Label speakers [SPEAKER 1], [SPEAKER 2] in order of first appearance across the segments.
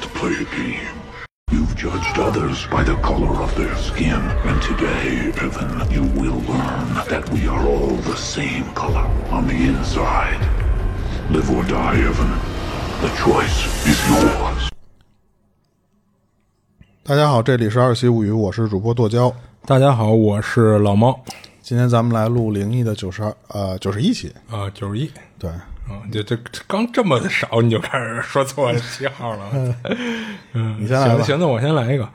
[SPEAKER 1] to play a game. You've judged others by the color of their skin, and today, Evan, you will learn that we are all the same color on the inside. Live or die, Evan. The choice is yours.
[SPEAKER 2] 大家好，这里是二七物语，我是主播剁椒。
[SPEAKER 3] 大家好，我是老猫
[SPEAKER 2] 今天咱们来录灵异的九十二呃九十一期，
[SPEAKER 3] 啊，九十一
[SPEAKER 2] 对，
[SPEAKER 3] 啊，就这这刚这么少你就开始说错七号了， 嗯，
[SPEAKER 2] 你先来吧
[SPEAKER 3] 行行，那我先来一个。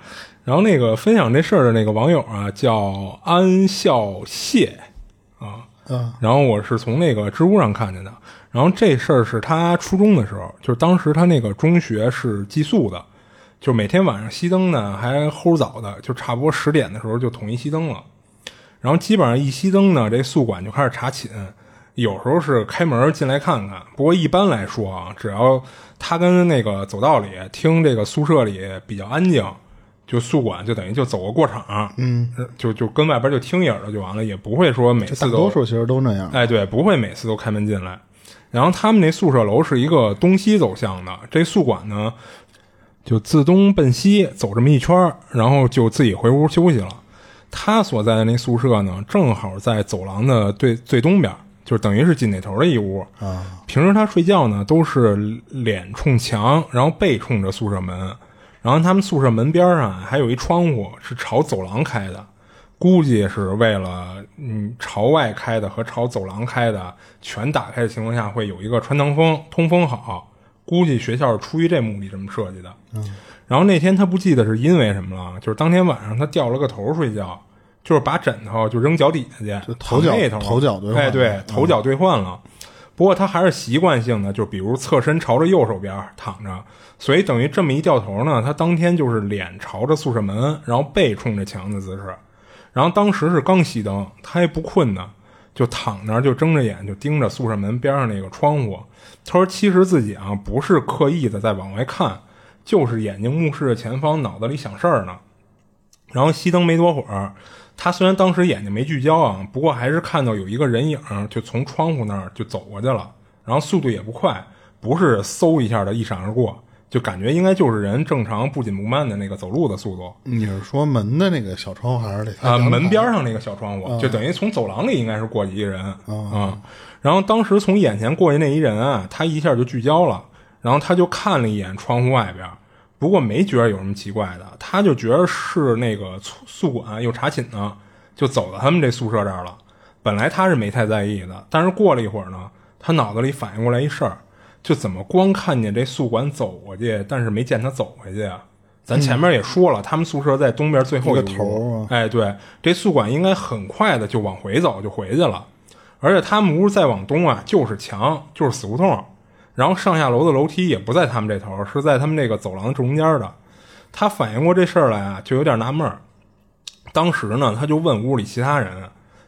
[SPEAKER 3] 然后那个分享这事儿的那个网友啊，叫安笑谢啊，
[SPEAKER 2] 嗯，
[SPEAKER 3] 然后我是从那个知乎上看见的。然后这事儿是他初中的时候，就是当时他那个中学是寄宿的，就是每天晚上熄灯呢还齁早的，就差不多十点的时候就统一熄灯了。然后基本上一熄灯呢，这宿管就开始查寝，有时候是开门进来看看。不过一般来说啊，只要他跟那个走道里听这个宿舍里比较安静，就宿管就等于就走个过场，嗯，就就跟外边就听影儿了就完了，也不会说每
[SPEAKER 2] 大
[SPEAKER 3] 次都
[SPEAKER 2] 多数其实都那样。
[SPEAKER 3] 哎，对，不会每次都开门进来。然后他们那宿舍楼是一个东西走向的，这宿管呢就自东奔西走这么一圈儿，然后就自己回屋休息了。他所在的那宿舍呢，正好在走廊的最最东边儿，就是等于是紧那头的一屋。啊，平时他睡觉呢都是脸冲墙，然后背冲着宿舍门。然后他们宿舍门边儿上还有一窗户是朝走廊开的，估计是为了嗯朝外开的和朝走廊开的全打开的情况下，会有一个穿堂风，通风好。估计学校是出于这目的这么设计的。嗯，然后那天他不记得是因为什么了，就是当天晚上他掉了个头睡觉，就是把枕头就扔脚底下去，
[SPEAKER 2] 头脚
[SPEAKER 3] 躺那头
[SPEAKER 2] 头脚对换
[SPEAKER 3] 哎，对，头脚兑换了。不过他还是习惯性的，就比如侧身朝着右手边躺着，所以等于这么一掉头呢，他当天就是脸朝着宿舍门，然后背冲着墙的姿势。然后当时是刚熄灯，他还不困呢，就躺那儿就睁着眼就盯着宿舍门边上那个窗户。他说：“其实自己啊不是刻意的在往外看，就是眼睛目视着前方，脑子里想事儿呢。”然后熄灯没多会儿，他虽然当时眼睛没聚焦啊，不过还是看到有一个人影儿就从窗户那儿就走过去了，然后速度也不快，不是嗖一下的一闪而过，就感觉应该就是人正常不紧不慢的那个走路的速度。
[SPEAKER 2] 你是说门的那个小窗户还是得嗯看
[SPEAKER 3] 啊，
[SPEAKER 2] 阳台
[SPEAKER 3] 门边上那个小窗户，就等于从走廊里应该是过去一人啊、
[SPEAKER 2] 嗯
[SPEAKER 3] 然后当时从眼前过去那一人啊，他一下就聚焦了，然后他就看了一眼窗户外边，不过没觉得有什么奇怪的，他就觉得是那个宿宿管又查寝呢，就走到他们这宿舍这儿了。本来他是没太在意的，但是过了一会儿呢，他脑子里反应过来一事儿，就怎么光看见这宿管走过去，但是没见他走回去啊？咱前面也说了，他们宿舍在东边最后一
[SPEAKER 2] 一个
[SPEAKER 3] 屋
[SPEAKER 2] 头啊
[SPEAKER 3] 哎，对，这宿管应该很快的就往回走，就回去了。而且他们屋再往东啊，就是墙，就是死胡同，然后上下楼的楼梯也不在他们这头，是在他们这个走廊中间的。他反应过这事儿来啊，就有点纳闷儿。当时呢，他就问屋里其他人，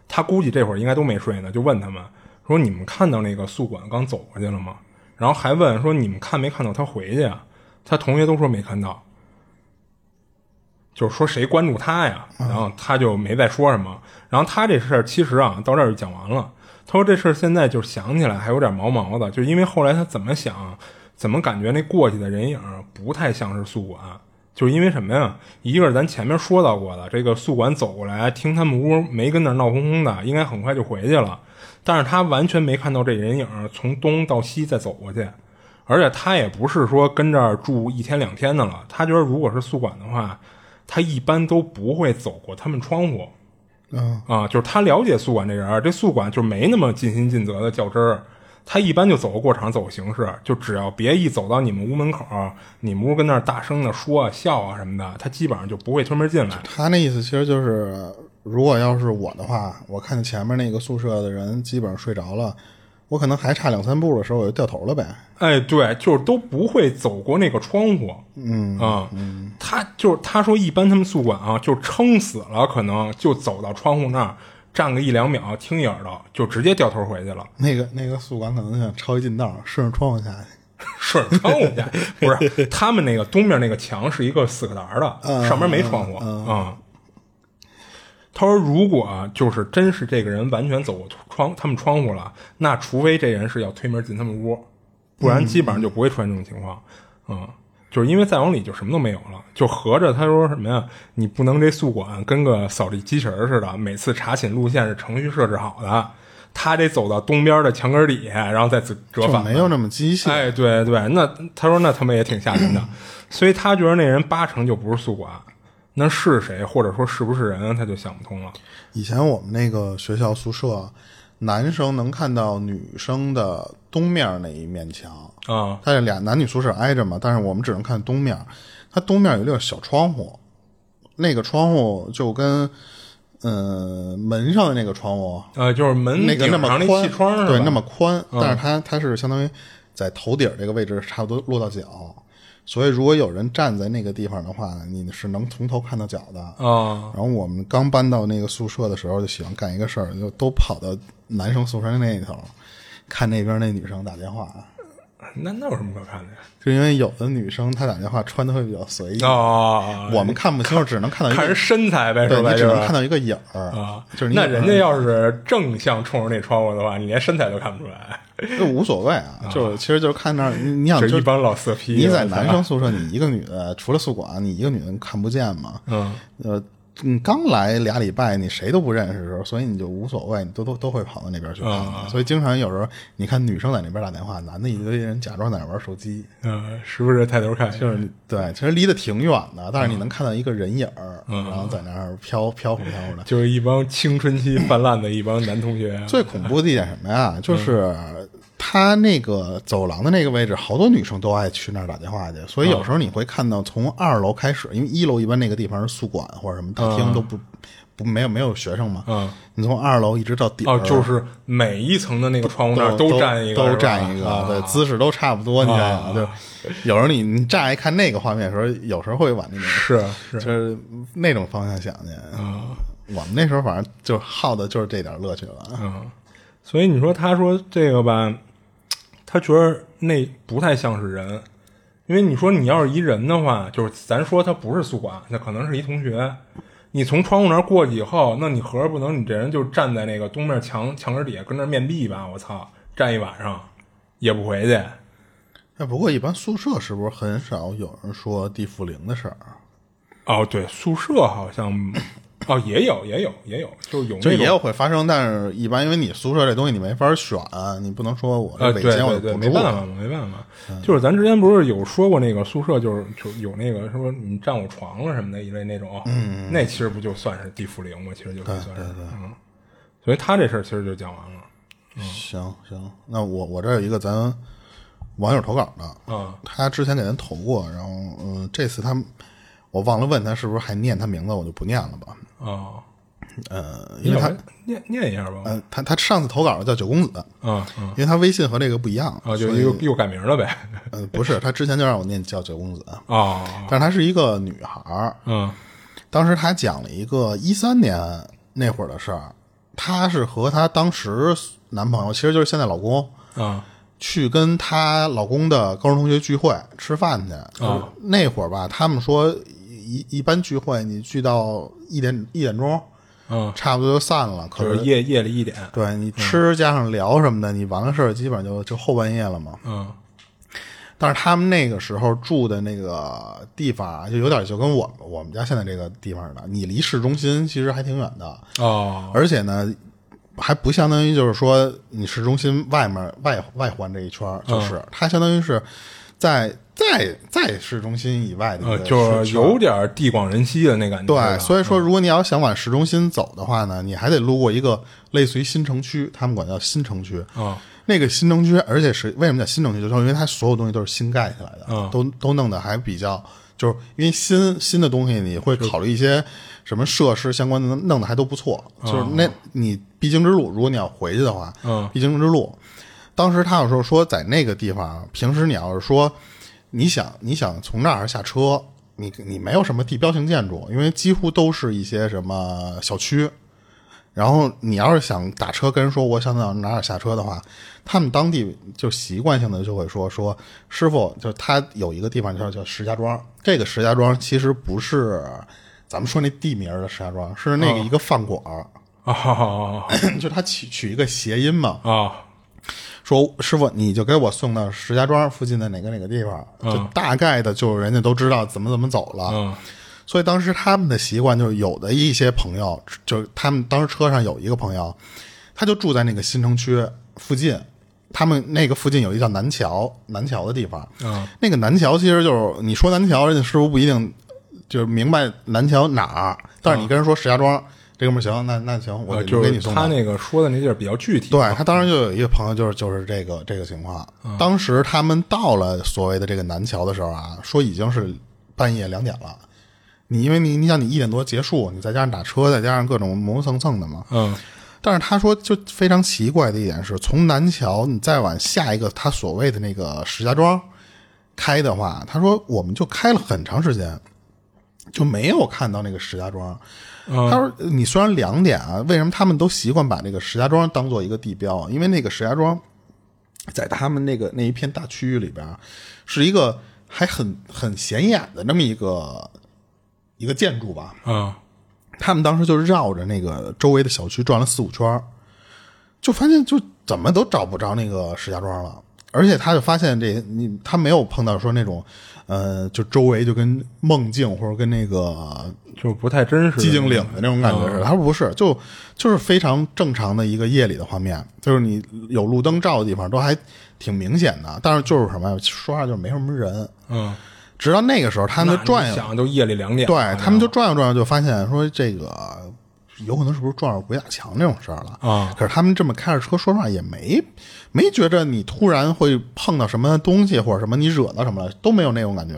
[SPEAKER 3] 他估计这会儿应该都没睡呢，就问他们说：“你们看到那个宿管刚走过去了吗？”然后还问说：“你们看没看到他回去啊？”他同学都说没看到。就是说谁关注他呀，然后他就没再说什么。然后他这事儿其实啊，到这儿就讲完了。他说这事儿现在就是想起来还有点毛毛的，就因为后来他怎么想，怎么感觉那过去的人影儿不太像是宿管，就是因为什么呀？一个是咱前面说到过的，这个宿管走过来听他们屋没跟那儿闹哄哄的，应该很快就回去了。但是他完全没看到这人影儿从东到西再走过去，而且他也不是说跟这儿住一天两天的了，他觉得如果是宿管的话，他一般都不会走过他们窗户。
[SPEAKER 2] 嗯
[SPEAKER 3] 啊，就是他了解宿管这人儿，这宿管就没那么尽心尽责的较真儿，他一般就走个过场，走个形式，就只要别一走到你们屋门口，你们屋跟那儿大声的说啊、笑啊什么的，他基本上就不会推门进来。
[SPEAKER 2] 他那意思其实就是，如果要是我的话，我看见前面那个宿舍的人基本上睡着了，我可能还差两三步的时候我就掉头了呗。
[SPEAKER 3] 哎，对，就是都不会走过那个窗户。嗯啊，他就是他说一般他们宿管啊，就撑死了，可能就走到窗户那儿站个一两秒，听一耳朵，就直接掉头回去了。
[SPEAKER 2] 那个那个宿管可能想抄一近道，顺着窗户下去。
[SPEAKER 3] 顺着窗户下，不是他们那个东面那个墙是一个死个栏儿的，上面没窗户啊。他说：“如果啊就是真是这个人完全走过窗他们窗户了，那除非这人是要推门进他们屋，不然基本上就不会出现这种情况。嗯，就是因为再往里就什么都没有了，就合着他说什么呀？你不能这宿管跟个扫地机器人似的，每次查寝路线是程序设置好的，他得走到东边的墙根底下，然后再折
[SPEAKER 2] 就
[SPEAKER 3] 折返。
[SPEAKER 2] 没有那么机械。
[SPEAKER 3] 哎，对对，那他说那他妈也挺吓人的，所以他觉得那人八成就不是宿管，那是谁或者说是不是人，他就想不通了。
[SPEAKER 2] 以前我们那个学校宿舍，啊男生能看到女生的东面那一面墙，
[SPEAKER 3] 啊
[SPEAKER 2] 它这俩男女宿舍挨着嘛，但是我们只能看东面儿，它东面有一个小窗户，那个窗户就跟嗯、呃门上的那个窗户
[SPEAKER 3] 呃，就是门
[SPEAKER 2] 那个
[SPEAKER 3] 顶
[SPEAKER 2] 那么
[SPEAKER 3] 上那
[SPEAKER 2] 宽，
[SPEAKER 3] 气窗是吧嗯
[SPEAKER 2] 对，那么宽，但是它它是相当于在头顶儿这个位置差不多落到脚，所以如果有人站在那个地方的话，你是能从头看到脚的。
[SPEAKER 3] 啊
[SPEAKER 2] 然后我们刚搬到那个宿舍的时候，就喜欢干一个事儿，就都跑到男生宿舍那头，看那边那女生打电话。啊
[SPEAKER 3] 那那有什么可看的呀？
[SPEAKER 2] 就因为有的女生她打电话穿的会比较随意，
[SPEAKER 3] 哦，
[SPEAKER 2] 我们看不清楚，只能看到一
[SPEAKER 3] 看
[SPEAKER 2] 个
[SPEAKER 3] 人，身材呗，
[SPEAKER 2] 对
[SPEAKER 3] 是吧？
[SPEAKER 2] 你只
[SPEAKER 3] 就是
[SPEAKER 2] 能看到一个影儿
[SPEAKER 3] 啊，
[SPEAKER 2] 就是你
[SPEAKER 3] 那人家要是正向冲着那窗户的话，你连身材都看不出来，
[SPEAKER 2] 就呃无所谓啊，就是其实就是看 那儿，你你想
[SPEAKER 3] 就是
[SPEAKER 2] 就
[SPEAKER 3] 一帮老色批。
[SPEAKER 2] 你在
[SPEAKER 3] 我操
[SPEAKER 2] 男生宿舍，你一个女的，除了宿管，你一个女的看不见嘛，
[SPEAKER 3] 嗯，
[SPEAKER 2] 呃，你刚来俩礼拜，你谁都不认识的时候，所以你就无所谓，你都都都会跑到那边去看的，
[SPEAKER 3] 啊
[SPEAKER 2] 所以经常有时候你看女生在那边打电话，男的一堆人假装在那玩手机，
[SPEAKER 3] 嗯，时不时抬头看一下，
[SPEAKER 2] 就是对，其实离得挺远的，但是
[SPEAKER 3] 嗯
[SPEAKER 2] 你能看到一个人影儿，然后在那儿飘飘忽飘忽的。
[SPEAKER 3] 就是一帮青春期泛滥的一帮男 同学。
[SPEAKER 2] 最恐怖的一点什么呀？就是他那个走廊的那个位置，好多女生都爱去那儿打电话去，所以有时候你会看到从二楼开始，因为一楼一般那个地方是宿管或者什么大厅都不不没有没有学生嘛，
[SPEAKER 3] 嗯，
[SPEAKER 2] 你从二楼一直到底
[SPEAKER 3] 哦，
[SPEAKER 2] 儿
[SPEAKER 3] 就是每一层的那个窗户那儿
[SPEAKER 2] 呃都
[SPEAKER 3] 站一个，
[SPEAKER 2] 都
[SPEAKER 3] 是吧啊
[SPEAKER 2] 站一个，对，姿势都差不多。你想想，就有时候你你乍一看那个画面的时候，有时候会往那个
[SPEAKER 3] 是啊
[SPEAKER 2] 就是是那种方向想去。我们那时候反正就好的就是这点乐趣了。
[SPEAKER 3] 嗯，所以你说他说这个吧，他觉得那不太像是人，因为你说你要是一人的话，就是咱说他不是宿管，那可能是一同学。你从窗户那儿过去以后，那你合着不能你这人就站在那个东面墙墙根底下跟那儿面壁吧？我操，站一晚上也不回去。
[SPEAKER 2] 哎，不过一般宿舍是不是很少有人说地缚灵的事儿？啊
[SPEAKER 3] 哦，对，宿舍好像 哦也有也有也有，就有那
[SPEAKER 2] 就
[SPEAKER 3] 种
[SPEAKER 2] 也有会发生，但是一般因为你宿舍这东西你没法选，你不能说我
[SPEAKER 3] 啊，
[SPEAKER 2] 这
[SPEAKER 3] 对
[SPEAKER 2] 违建我
[SPEAKER 3] 对
[SPEAKER 2] 就
[SPEAKER 3] 对，
[SPEAKER 2] 不嗯
[SPEAKER 3] 没
[SPEAKER 2] 住
[SPEAKER 3] 办法
[SPEAKER 2] 了。
[SPEAKER 3] 嘛，没办法。就是咱之前不是有说过那个宿舍，就是就有那个说你占我床啊了什么的一类那种，嗯，那其实不就算是地缚灵吗？其实就算是，嗯。所以他这事儿其实就讲完了
[SPEAKER 2] 行行，那我我这儿有一个咱网友投稿的，
[SPEAKER 3] 啊
[SPEAKER 2] 他之前给咱投过，然后嗯、呃这次他我忘了问他是不是还念他名字，我就不念了吧。
[SPEAKER 3] 啊，
[SPEAKER 2] 呃，
[SPEAKER 3] 你
[SPEAKER 2] 因为他
[SPEAKER 3] 要不念念一下吧，
[SPEAKER 2] 呃他他上次投稿的叫九公子，
[SPEAKER 3] 啊啊
[SPEAKER 2] 因为他微信和这个不一样
[SPEAKER 3] 啊，就
[SPEAKER 2] 呃所以
[SPEAKER 3] 又又改名了呗，
[SPEAKER 2] 呃不是他之前就让我念叫九公子，
[SPEAKER 3] 啊，
[SPEAKER 2] 但是她是一个女孩儿，
[SPEAKER 3] 嗯
[SPEAKER 2] 当时她讲了一个一三年那会儿的事儿，她是和她当时男朋友，其实就是现在老公，
[SPEAKER 3] 啊
[SPEAKER 2] 去跟她老公的高中同学聚会吃饭去。
[SPEAKER 3] 啊
[SPEAKER 2] 就是那会儿吧，他们说一一般聚会你聚到一点一点钟，
[SPEAKER 3] 啊，
[SPEAKER 2] 差不多就散了。可
[SPEAKER 3] 就是
[SPEAKER 2] 是
[SPEAKER 3] 夜夜里一点，
[SPEAKER 2] 对你吃加上聊什么的，你完了事儿基本上就就后半夜了嘛。
[SPEAKER 3] 嗯
[SPEAKER 2] 但是他们那个时候住的那个地方啊，就有点就跟我我们家现在这个地方似的，你离市中心其实还挺远的，
[SPEAKER 3] 哦
[SPEAKER 2] 而且呢，还不相当于就是说你市中心外面外外环这一圈儿，就是、
[SPEAKER 3] 嗯
[SPEAKER 2] 它相当于是在在在市中心以外的一
[SPEAKER 3] 呃
[SPEAKER 2] 个，圈儿、
[SPEAKER 3] 就是有点地广人稀的那感觉吧，嗯
[SPEAKER 2] 对，所以说如果你要想往市中心走的话呢，你还得路过一个类似于新城区，他们管叫新城区
[SPEAKER 3] 啊。
[SPEAKER 2] 那个新城区，而且是为什么叫新城区，就是因为它所有东西都是新盖起来的，
[SPEAKER 3] 嗯
[SPEAKER 2] 都都弄得还比较，就是因为新新的东西，你会考虑一些什么设施相关的，弄得还都不错。就是那你必经之路，如果你要回去的话，
[SPEAKER 3] 嗯
[SPEAKER 2] 必经之路，当时他有时候说在那个地方，平时你要是说你想你想从那儿下车，你你没有什么地标性建筑，因为几乎都是一些什么小区。然后你要是想打车跟人说我想到哪儿下车的话，他们当地就习惯性的就会说说师傅，就是他有一个地方叫叫石家庄，这个石家庄其实不是咱们说那地名儿的石家庄，是那个一个饭馆儿，
[SPEAKER 3] 啊
[SPEAKER 2] 就他取取一个谐音嘛，
[SPEAKER 3] 啊
[SPEAKER 2] 说师傅你就给我送到石家庄附近的哪个哪个地方，就大概的就人家都知道怎么怎么走了。
[SPEAKER 3] 嗯
[SPEAKER 2] 所以当时他们的习惯就是，有的一些朋友，就是他们当时车上有一个朋友，他就住在那个新城区附近，他们那个附近有一叫南桥南桥的地方，
[SPEAKER 3] 嗯
[SPEAKER 2] 那个南桥其实就是你说南桥，人家师傅不一定就是明白南桥哪儿，但是你跟人说石家庄，这哥们儿行，那那行，我
[SPEAKER 3] 呃，
[SPEAKER 2] 就
[SPEAKER 3] 嗯就
[SPEAKER 2] 给
[SPEAKER 3] 是
[SPEAKER 2] 你送到。
[SPEAKER 3] 他那个说的那地儿比较具体，
[SPEAKER 2] 对他当时就有一个朋友，就是就是这个这个情况。当时他们到了所谓的这个南桥的时候啊，说已经是半夜两点了。你因为你你想你一点多结束，你再加上打车，再加上各种磨磨蹭蹭的嘛。
[SPEAKER 3] 嗯
[SPEAKER 2] 但是他说就非常奇怪的一点是，从南桥你再往下一个他所谓的那个石家庄开的话，他说我们就开了很长时间，就没有看到那个石家庄。他说：“你虽然两点啊，为什么他们都习惯把这个石家庄当做一个地标啊？因为那个石家庄，在他们那个那一片大区域里边儿，是一个还很很显眼的那么一个一个建筑吧。
[SPEAKER 3] 嗯
[SPEAKER 2] 他们当时就绕着那个周围的小区转了四五圈儿就发现就怎么都找不着那个石家庄了。而且他就发现这你他没有碰到说那种，呃，就周围就跟梦境或者跟那个
[SPEAKER 3] 就不太真实，
[SPEAKER 2] 寂静岭的那种感觉似
[SPEAKER 3] 嗯
[SPEAKER 2] 的。他说不是，就就是非常正常的一个夜里的画面，就是你有路灯照的地方都还挺明显的，但是就是什么呀，说话就是没什么人。
[SPEAKER 3] 嗯，
[SPEAKER 2] 直到那个时候，他们
[SPEAKER 3] 那
[SPEAKER 2] 就转
[SPEAKER 3] 你
[SPEAKER 2] 悠，
[SPEAKER 3] 想都夜里两点了，
[SPEAKER 2] 对他们就转悠转悠，就发现说这个有可能是不是撞上鬼打墙这种事儿了
[SPEAKER 3] 啊
[SPEAKER 2] 可是他们这么开着车，说实话也没没觉着你突然会碰到什么东西或者什么你惹到什么了，都没有那种感觉。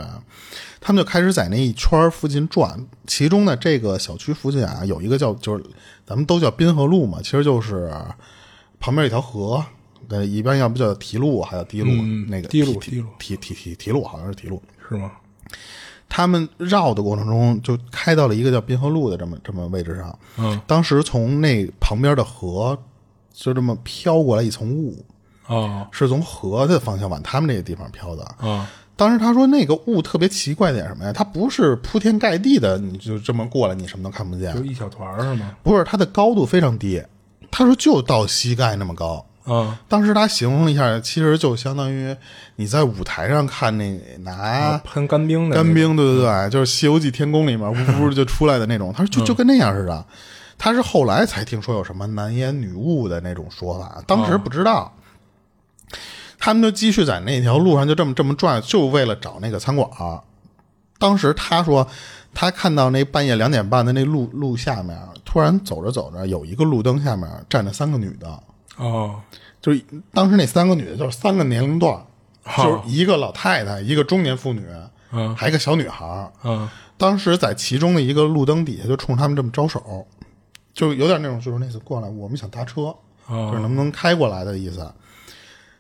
[SPEAKER 2] 他们就开始在那一圈儿附近转，其中呢，这个小区附近啊有一个叫就是咱们都叫滨河路嘛，其实就是旁边一条河，呃，一般要不叫提路，还有堤路，那个
[SPEAKER 3] 堤嗯路
[SPEAKER 2] 提
[SPEAKER 3] 堤路
[SPEAKER 2] 提提提提路好像是提路。
[SPEAKER 3] 是吗？
[SPEAKER 2] 他们绕的过程中，就开到了一个叫滨河路的这么这么位置上。
[SPEAKER 3] 嗯，
[SPEAKER 2] 当时从那旁边的河就这么飘过来一层雾，
[SPEAKER 3] 哦
[SPEAKER 2] 是从河的方向往他们那个地方飘的。
[SPEAKER 3] 哦
[SPEAKER 2] 当时他说那个雾特别奇怪点什么呀？它不是铺天盖地的，你就这么过来，你什么都看不见
[SPEAKER 3] 就。一小团儿是吗？
[SPEAKER 2] 不是，它的高度非常低，他说就到膝盖那么高。
[SPEAKER 3] 啊，
[SPEAKER 2] 当时他形容了一下，其实就相当于你在舞台上看那拿
[SPEAKER 3] 喷干冰的那
[SPEAKER 2] 干
[SPEAKER 3] 个，
[SPEAKER 2] 冰，对对对，就是《西游记》天宫 里面呜呜就出来的那种。他说就就
[SPEAKER 3] 嗯
[SPEAKER 2] 跟那样似的。他是后来才听说有什么男烟女雾的那种说法，当时不知道。他们就继续在那条路上就这么这么转，就为了找那个餐馆儿。当时他说，他看到那半夜两点半的那路路下面，突然走着走着，有一个路灯下面站着三个女的，
[SPEAKER 3] 哦
[SPEAKER 2] 就是当时那三个女的，就是三个年龄段儿，
[SPEAKER 3] 哦
[SPEAKER 2] 就是一个老太太，一个中年妇女，
[SPEAKER 3] 嗯
[SPEAKER 2] 还有一个小女孩儿。
[SPEAKER 3] 嗯
[SPEAKER 2] 当时在其中的一个路灯底下，就冲他们这么招手，就有点那种就是那次过来，我们想搭车，
[SPEAKER 3] 哦
[SPEAKER 2] 就是能不能开过来的意思。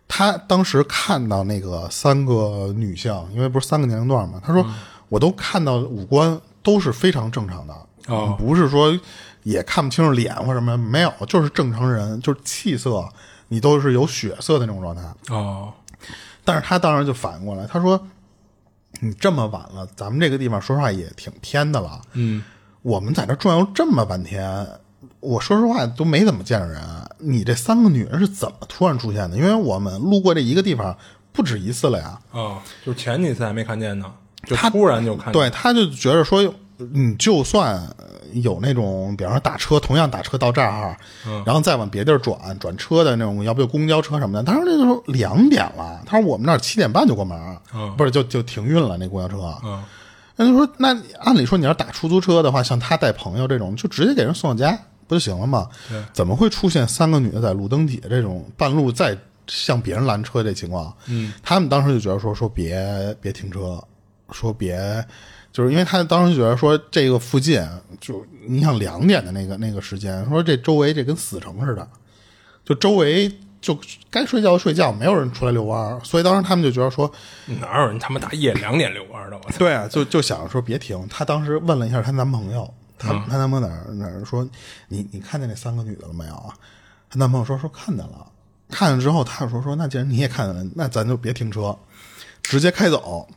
[SPEAKER 2] 他当时看到那个三个女性，因为不是三个年龄段嘛，他说、
[SPEAKER 3] 嗯
[SPEAKER 2] 我都看到五官都是非常正常的，
[SPEAKER 3] 哦
[SPEAKER 2] 不是说也看不清楚脸或什么，没有，就是正常人，就是气色，你都是有血色的那种状态。
[SPEAKER 3] 哦
[SPEAKER 2] 但是他当时就反应过来，他说：“你这么晚了，咱们这个地方说实话也挺偏的了。嗯，我们在这转悠这么半天，我说实话都没怎么见着人。你这三个女人是怎么突然出现的？因为我们路过这一个地方不止一次了呀。
[SPEAKER 3] 哦，就前几次还没看见呢，就
[SPEAKER 2] 他
[SPEAKER 3] 突然就看见
[SPEAKER 2] 对，他就觉得说，你就算有那种，比方说打车，同样打车到这儿，啊然后再往别地儿转转车的那种，要不就公交车什么的。他说那时候两点了，他说我们那儿七点半就关门，不是就就停运了那公交车。啊
[SPEAKER 3] 嗯
[SPEAKER 2] 那就说，那你按理说你要打出租车的话，像他带朋友这种，就直接给人送到家不就行了吗？怎么会出现三个女的在路灯底下这种半路再向别人拦车这情况？嗯，他们当时就觉得说说别别停车，说别，就是因为他当时觉得说这个附近就你想两点的那个那个时间，说这周围这跟死城似的，就周围就该睡觉的睡觉，没有人出来遛弯儿，所以当时他们就觉得说，
[SPEAKER 3] 哪有人他妈大夜两点遛弯的？我 操！
[SPEAKER 2] 对啊，就就想着说别停。她当时问了一下她男朋友，她
[SPEAKER 3] 嗯
[SPEAKER 2] 她、男朋友哪儿哪儿说你你看见那三个女的了没有啊？她男朋友说说看见了，看见之后她就说说那既然你也看见了，那咱就别停车，直接开走。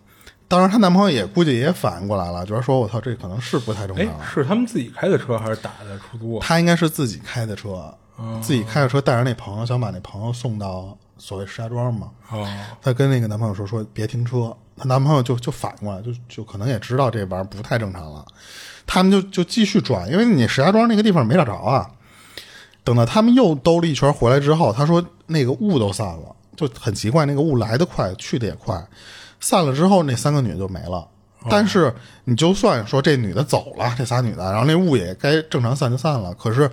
[SPEAKER 2] 当时她男朋友也估计也反应过来了，觉得说我操这可能是不太正
[SPEAKER 3] 哎
[SPEAKER 2] 常，。
[SPEAKER 3] 是他们自己开的车还是打的出租啊？哦
[SPEAKER 2] 她应该是自己开的车，自己开着车带着那朋友想把那朋友送到所谓石家庄嘛，
[SPEAKER 3] 哦，
[SPEAKER 2] 她跟那个男朋友说说别停车，她男朋友就就反过来，就就可能也知道这玩意儿不太正常了，他们就就继续转，因为你石家庄那个地方没找着啊。等到他们又兜了一圈回来之后，他说那个雾都散了，就很奇怪，那个雾来得快，去得也快，散了之后那三个女的就没了。但是你就算说这女的走了，这仨女的，然后那雾也该正常散就散了，可是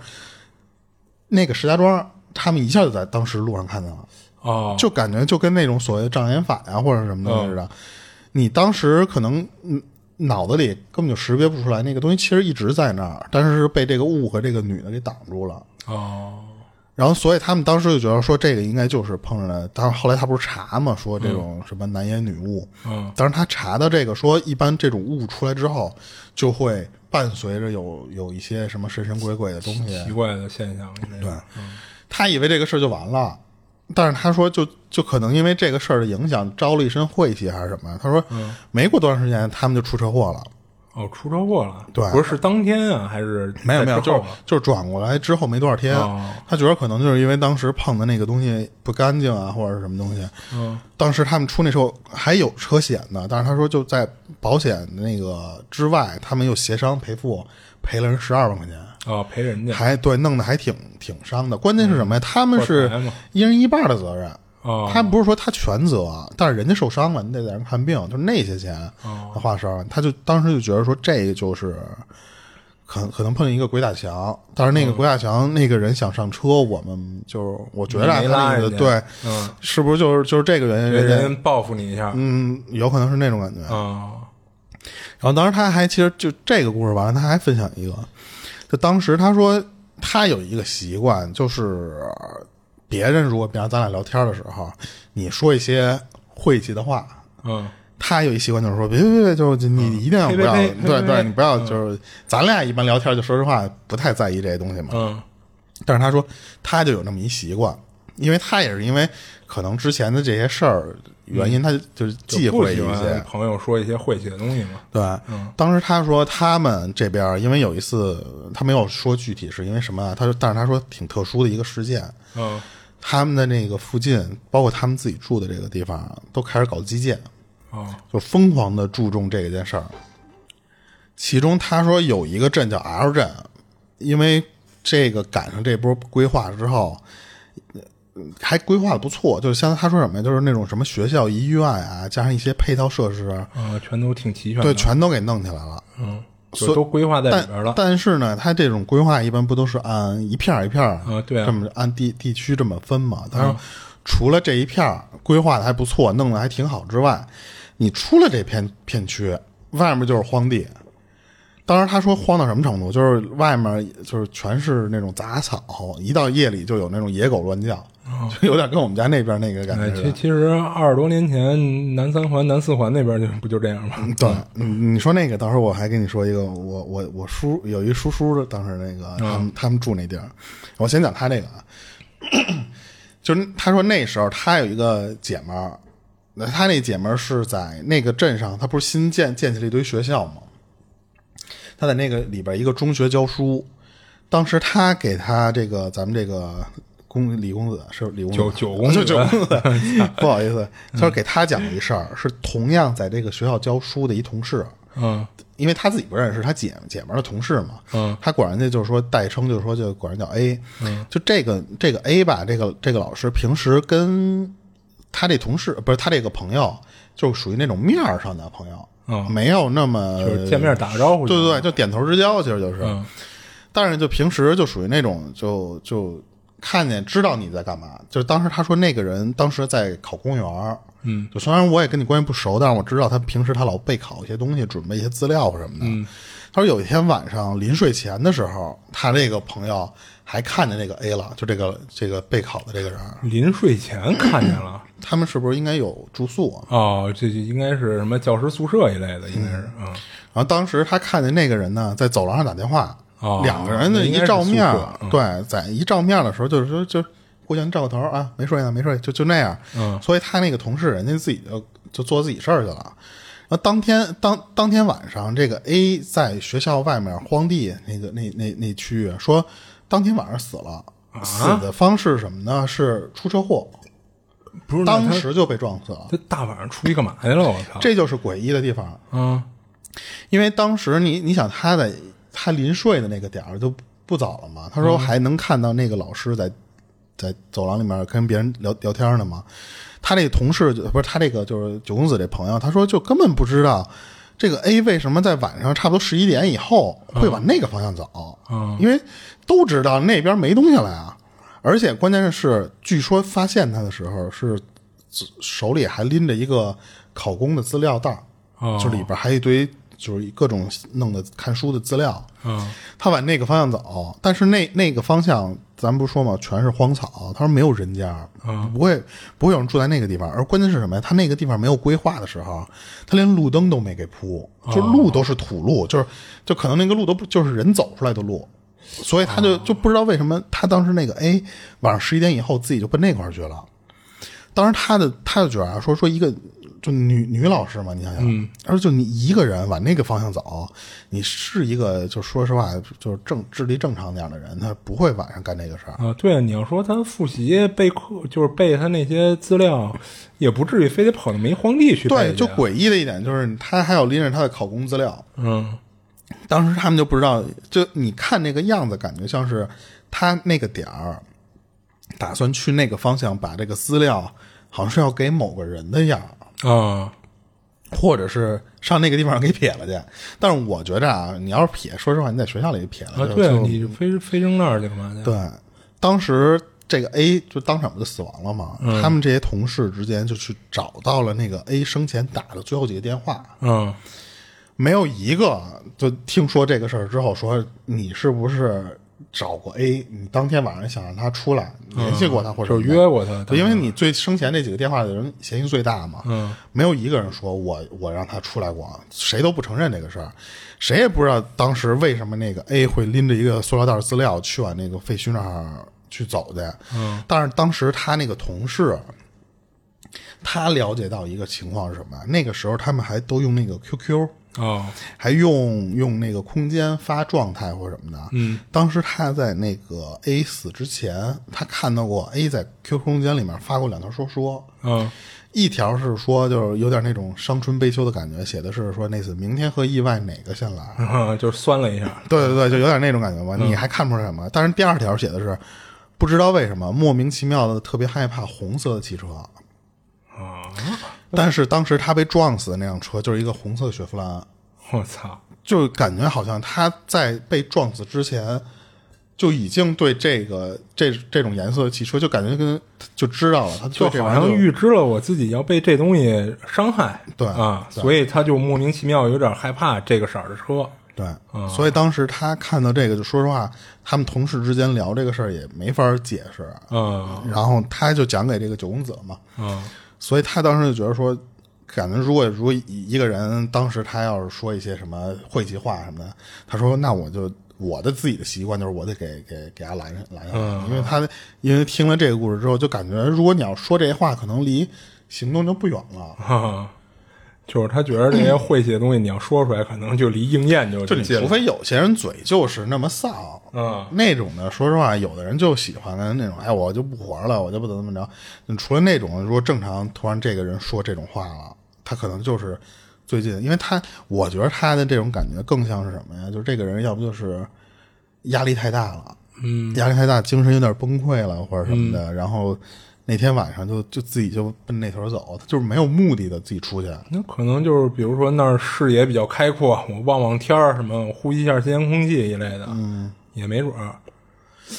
[SPEAKER 2] 那个石家庄他们一下就在当时路上看见了。
[SPEAKER 3] 哦，嗯
[SPEAKER 2] 就感觉就跟那种所谓的障眼法呀、或者什么的似的，你当时可能嗯脑子里根本就识别不出来那个东西，其实一直在那儿，但是是被这个雾和这个女的给挡住了。
[SPEAKER 3] 哦，
[SPEAKER 2] 然后，所以他们当时就觉得说这个应该就是碰上了。但是后来他不是查嘛，说这种什么男烟女雾。
[SPEAKER 3] 嗯，
[SPEAKER 2] 当时他查到这个，说一般这种雾出来之后，就会伴随着有有一些什么神神鬼鬼的东西。
[SPEAKER 3] 奇怪的现象，那
[SPEAKER 2] 对
[SPEAKER 3] 个，
[SPEAKER 2] 嗯他以为这个事儿就完了，但是他说就就可能因为这个事儿的影响招了一身晦气还是什么？他说
[SPEAKER 3] 嗯
[SPEAKER 2] 没过多长时间他们就出车祸了，
[SPEAKER 3] 哦，出车祸了，
[SPEAKER 2] 对
[SPEAKER 3] 不是是当天啊，还是
[SPEAKER 2] 没有没有，
[SPEAKER 3] 在之
[SPEAKER 2] 就是
[SPEAKER 3] 后啊
[SPEAKER 2] 就是转过来之后没多少天
[SPEAKER 3] 哦，
[SPEAKER 2] 他觉得可能就是因为当时碰的那个东西不干净啊，或者是什么东西。
[SPEAKER 3] 嗯，
[SPEAKER 2] 当时他们出那时候还有车险呢，但是他说就在保险那个之外，他们又协商赔付，赔了人十二万块钱。
[SPEAKER 3] 哦，赔人家，
[SPEAKER 2] 还对弄得还挺挺伤的。关键是什么呀？他们是
[SPEAKER 3] 嗯破财嘛
[SPEAKER 2] 一人一半的责任。
[SPEAKER 3] 哦
[SPEAKER 2] 他不是说他全责，但是人家受伤了，你得在人看病，就是那些钱，
[SPEAKER 3] 哦
[SPEAKER 2] 他花十二万，他就当时就觉得说这就是可可能碰见一个鬼打墙，但是那个
[SPEAKER 3] 嗯
[SPEAKER 2] 鬼打墙、那个人想上车，我们就是我觉得啊
[SPEAKER 3] 没
[SPEAKER 2] 他
[SPEAKER 3] 拉
[SPEAKER 2] 那个
[SPEAKER 3] 人家
[SPEAKER 2] 对，
[SPEAKER 3] 嗯，
[SPEAKER 2] 是不是就是就是这个原因？
[SPEAKER 3] 被
[SPEAKER 2] 人家
[SPEAKER 3] 人报复你一下，
[SPEAKER 2] 嗯，有可能是那种感觉。
[SPEAKER 3] 啊，
[SPEAKER 2] 然后当时他还其实就这个故事完了，他还分享一个，就当时他说他有一个习惯，就是别人如果比方咱俩聊天的时候，你说一些晦气的话，
[SPEAKER 3] 嗯，
[SPEAKER 2] 他有一习惯就是说别别别，就是你一定要
[SPEAKER 3] 呸
[SPEAKER 2] 不
[SPEAKER 3] 呸
[SPEAKER 2] 要，
[SPEAKER 3] 呸呸
[SPEAKER 2] 对
[SPEAKER 3] 呸
[SPEAKER 2] 对，
[SPEAKER 3] 呸
[SPEAKER 2] 你不要就是咱俩一般聊天就说实话不太在意这些东西嘛，
[SPEAKER 3] 嗯，
[SPEAKER 2] 但是他说他就有那么一习惯，因为他也是因为可能之前的这些事儿原因，他就嗯就是
[SPEAKER 3] 就
[SPEAKER 2] 忌
[SPEAKER 3] 不
[SPEAKER 2] 讳一
[SPEAKER 3] 喜
[SPEAKER 2] 些
[SPEAKER 3] 欢，朋友说一些晦气的东西嘛，
[SPEAKER 2] 对，当时他说他们这边儿因为有一次他没有说具体是因为什么啊，他说但是他说挺特殊的一个事件，
[SPEAKER 3] 嗯，
[SPEAKER 2] 他们的那个附近，包括他们自己住的这个地方，都开始搞基建，
[SPEAKER 3] 哦，
[SPEAKER 2] 就疯狂的注重这件事儿。其中他说有一个镇叫 L 镇，因为这个赶上这波规划之后，呃还规划的不错，就是像他说什么呀，就是那种什么学校、医院啊，加上一些配套设施，
[SPEAKER 3] 啊，全都挺齐全的，
[SPEAKER 2] 对，全都给弄起来了。
[SPEAKER 3] 嗯，就都规划在里边
[SPEAKER 2] 但
[SPEAKER 3] 了，
[SPEAKER 2] 但是呢，它这种规划一般不都是按一片儿一片儿
[SPEAKER 3] 啊对啊
[SPEAKER 2] 这么按地地区这么分嘛？但是除了这一片儿规划的还不错，弄得还挺好之外，你出了这片片区，外面就是荒地。当时他说荒到什么程度，就是外面就是全是那种杂草，一到夜里就有那种野狗乱叫，就有点跟我们家那边那个感
[SPEAKER 3] 哦哎，
[SPEAKER 2] 觉似
[SPEAKER 3] 其
[SPEAKER 2] 的。
[SPEAKER 3] 其实二十多年前，南三环、南四环那边就不就这样吗？
[SPEAKER 2] 对，嗯，你说那个，到时候我还跟你说一个，我我我叔有一叔叔的，当时那个他
[SPEAKER 3] 嗯
[SPEAKER 2] 们、他们住那地儿，我先讲他这个啊，就是他说那时候他有一个姐们儿，那他那姐们儿是在那个镇上，他不是新建建起了一堆学校吗？他在那个里边一个中学教书，当时他给他这个咱们这个公李公子是李公子
[SPEAKER 3] 九九公子
[SPEAKER 2] 啊 九公 子，不好意思，就是给他讲了一事儿，是同样在这个学校教书的一同事，啊
[SPEAKER 3] 嗯，
[SPEAKER 2] 因为他自己不认识，他姐姐们儿的同事嘛，
[SPEAKER 3] 嗯，
[SPEAKER 2] 他管人家就是说代称，就是说就管人叫 A，嗯，就这个这个 A 吧，这个这个老师平时跟他这同事不是他这个朋友，就属于那种面儿上的朋友，
[SPEAKER 3] 嗯
[SPEAKER 2] 没有那么
[SPEAKER 3] 就是见面打个招呼
[SPEAKER 2] 对
[SPEAKER 3] 就行啊
[SPEAKER 2] 对对，就点头之交，其实就是，
[SPEAKER 3] 嗯
[SPEAKER 2] 但是就平时就属于那种就就看见知道你在干嘛，就是当时他说那个人当时在考公务员儿。
[SPEAKER 3] 嗯
[SPEAKER 2] 就虽然我也跟你关系不熟，但是我知道他平时他老备考一些东西，准备一些资料什么的。
[SPEAKER 3] 嗯
[SPEAKER 2] 他说有一天晚上临睡前的时候，他这个朋友还看见那个 A 了，就这个这个备考的这个人，
[SPEAKER 3] 临睡前看见了。
[SPEAKER 2] 他们是不是应该有住宿啊？
[SPEAKER 3] 哦，这就应该是什么教师宿舍一类的，应该是
[SPEAKER 2] 嗯
[SPEAKER 3] 啊。
[SPEAKER 2] 然后当时他看见那个人呢，在走廊上打电话，
[SPEAKER 3] 哦
[SPEAKER 2] 两个人呢
[SPEAKER 3] 那应该
[SPEAKER 2] 一
[SPEAKER 3] 是
[SPEAKER 2] 照面儿
[SPEAKER 3] 宿舍，嗯
[SPEAKER 2] 对，在一照面儿的时候，就是说就互相照个头啊，没睡呢，没睡，就就那样。
[SPEAKER 3] 嗯
[SPEAKER 2] 所以他那个同事人家自己就就做自己事儿去了。然后当天当当天晚上，这个 A 在学校外面荒地那个那那那区域
[SPEAKER 3] 啊
[SPEAKER 2] 说，当天晚上死了，死的方式是什么呢？是出车祸。
[SPEAKER 3] 不是那
[SPEAKER 2] 当
[SPEAKER 3] 他
[SPEAKER 2] 时就被撞死了。
[SPEAKER 3] 这大晚上出去干嘛去了？我操！
[SPEAKER 2] 这就是诡异的地方，
[SPEAKER 3] 啊，
[SPEAKER 2] 因为当时你你想他在他临睡的那个点儿就不早了嘛，他说还能看到那个老师在在走廊里面跟别人聊聊天呢嘛。他这同事就不是他这个就是九公子这朋友，他说就根本不知道这个 A 为什么在晚上差不多十一点以后会往那个方向走，因为都知道那边没东西了呀。而且关键是，据说发现他的时候是手里还拎着一个考公的资料袋儿，
[SPEAKER 3] 哦
[SPEAKER 2] 就里边还一堆就是各种弄的看书的资料。
[SPEAKER 3] 嗯，
[SPEAKER 2] 他往那个方向走，但是那那个方向，咱不是说嘛，全是荒草。他说没有人家，不会不会有人住在那个地方。而关键是什么呀？他那个地方没有规划的时候，他连路灯都没给铺，就路都是土路，就是就可能那个路都不就是人走出来的路，所以他就就不知道为什么他当时那个 A 晚上十一点以后自己就奔那块儿去了。当时他的他就觉得啊，说说一个就女女老师嘛，你想想，他说就你一个人往那个方向走，你是一个就说实话就是正智力正常点儿的人，他不会晚上干这个事儿。
[SPEAKER 3] 啊，对啊，你要说他复习备课，就是背他那些资料，也不至于非得跑到梅荒地去背
[SPEAKER 2] 对，
[SPEAKER 3] 去
[SPEAKER 2] 就诡异的一点就是他还有拎着他的考公资料，
[SPEAKER 3] 嗯
[SPEAKER 2] 当时他们就不知道，就你看那个样子，感觉像是他那个点儿打算去那个方向把这个资料，好像是要给某个人的样儿。
[SPEAKER 3] 啊
[SPEAKER 2] 或者是上那个地方给撇了去。但是我觉着啊，你要是撇，说实话，你在学校里撇了，
[SPEAKER 3] 啊，
[SPEAKER 2] 就
[SPEAKER 3] 对啊，
[SPEAKER 2] 呃就
[SPEAKER 3] 你非非扔那儿去干嘛去？
[SPEAKER 2] 对。当时这个 A 就当场不就死亡了嘛？
[SPEAKER 3] 嗯
[SPEAKER 2] 他们这些同事之间就去找到了那个 A 生前打的最后几个电话，
[SPEAKER 3] 嗯，
[SPEAKER 2] 没有一个就听说这个事儿之后说你是不是找过 A？你当天晚上想让他出来，联系过他或者
[SPEAKER 3] 嗯就
[SPEAKER 2] 什么的
[SPEAKER 3] 约过他，嗯
[SPEAKER 2] 对因为你最生前那几个电话的人嫌疑最大嘛，嗯，没有一个人说我我让他出来过，啊谁都不承认这个事儿，谁也不知道当时为什么那个 A 会拎着一个塑料袋资料去往那个废墟那儿去走去，嗯，但是当时他那个同事，他了解到一个情况是什么？那个时候他们还都用那个 QQ，
[SPEAKER 3] 哦
[SPEAKER 2] 还用用那个空间发状态或者什么的。嗯，当时他在那个 A 死之前，他看到过 A 在 QQ 空间里面发过两条说说，
[SPEAKER 3] 嗯
[SPEAKER 2] 一条是说就是有点那种伤春悲秋的感觉，写的是说那次明天和意外哪个先来？
[SPEAKER 3] 嗯，就酸了一下，
[SPEAKER 2] 对对对，就有点那种感觉吧。你还看不出来什么？但是第二条写的是不知道为什么莫名其妙的特别害怕红色的汽车。但是当时他被撞死的那辆车就是一个红色的雪佛兰，
[SPEAKER 3] 我操，
[SPEAKER 2] 就感觉好像他在被撞死之前，就已经对这个这这种颜色的汽车，就感觉跟就知道了，他
[SPEAKER 3] 就
[SPEAKER 2] 对这
[SPEAKER 3] 好
[SPEAKER 2] 玩意儿
[SPEAKER 3] 像
[SPEAKER 2] 就
[SPEAKER 3] 预知了我自己要被这东西伤害，
[SPEAKER 2] 对
[SPEAKER 3] 啊，
[SPEAKER 2] 对
[SPEAKER 3] 所以他就莫名其妙有点害怕这个色儿的车，
[SPEAKER 2] 对，
[SPEAKER 3] 嗯
[SPEAKER 2] 所以当时他看到这个，就说实话，他们同事之间聊这个事儿也没法解释，
[SPEAKER 3] 嗯
[SPEAKER 2] 然后他就讲给这个九公子嘛，
[SPEAKER 3] 嗯
[SPEAKER 2] 所以他当时就觉得说，感觉如果如果一个人当时他要是说一些什么晦气话什么的，他说那我就我的自己的习惯就是我得给给给他拦上拦下来，因为他因为听了这个故事之后，就感觉如果你要说这些话，可能离行动就不远了。
[SPEAKER 3] 哈哈，就是他觉得这些晦气的东西你要说出来，可能就离应验就
[SPEAKER 2] 就
[SPEAKER 3] 就
[SPEAKER 2] 你
[SPEAKER 3] 近
[SPEAKER 2] 除
[SPEAKER 3] 了，
[SPEAKER 2] 非有些人嘴就是那么丧，
[SPEAKER 3] 嗯，
[SPEAKER 2] 那种的，说实话，有的人就喜欢那种，哎，我就不活了，我就不怎么怎么着。你除了那种，如果正常突然这个人说这种话了，他可能就是最近，因为他，我觉得他的这种感觉更像是什么呀？就是这个人要不就是压力太大了，嗯，压力太大，精神有点崩溃了或者什么
[SPEAKER 3] 嗯
[SPEAKER 2] 的，然后那天晚上就就自己就奔那头走，他就是没有目的的自己出去，
[SPEAKER 3] 那可能就是比如说那儿视野比较开阔，我望望天儿什么，我呼吸一下新鲜空气一类的，嗯，也没准儿。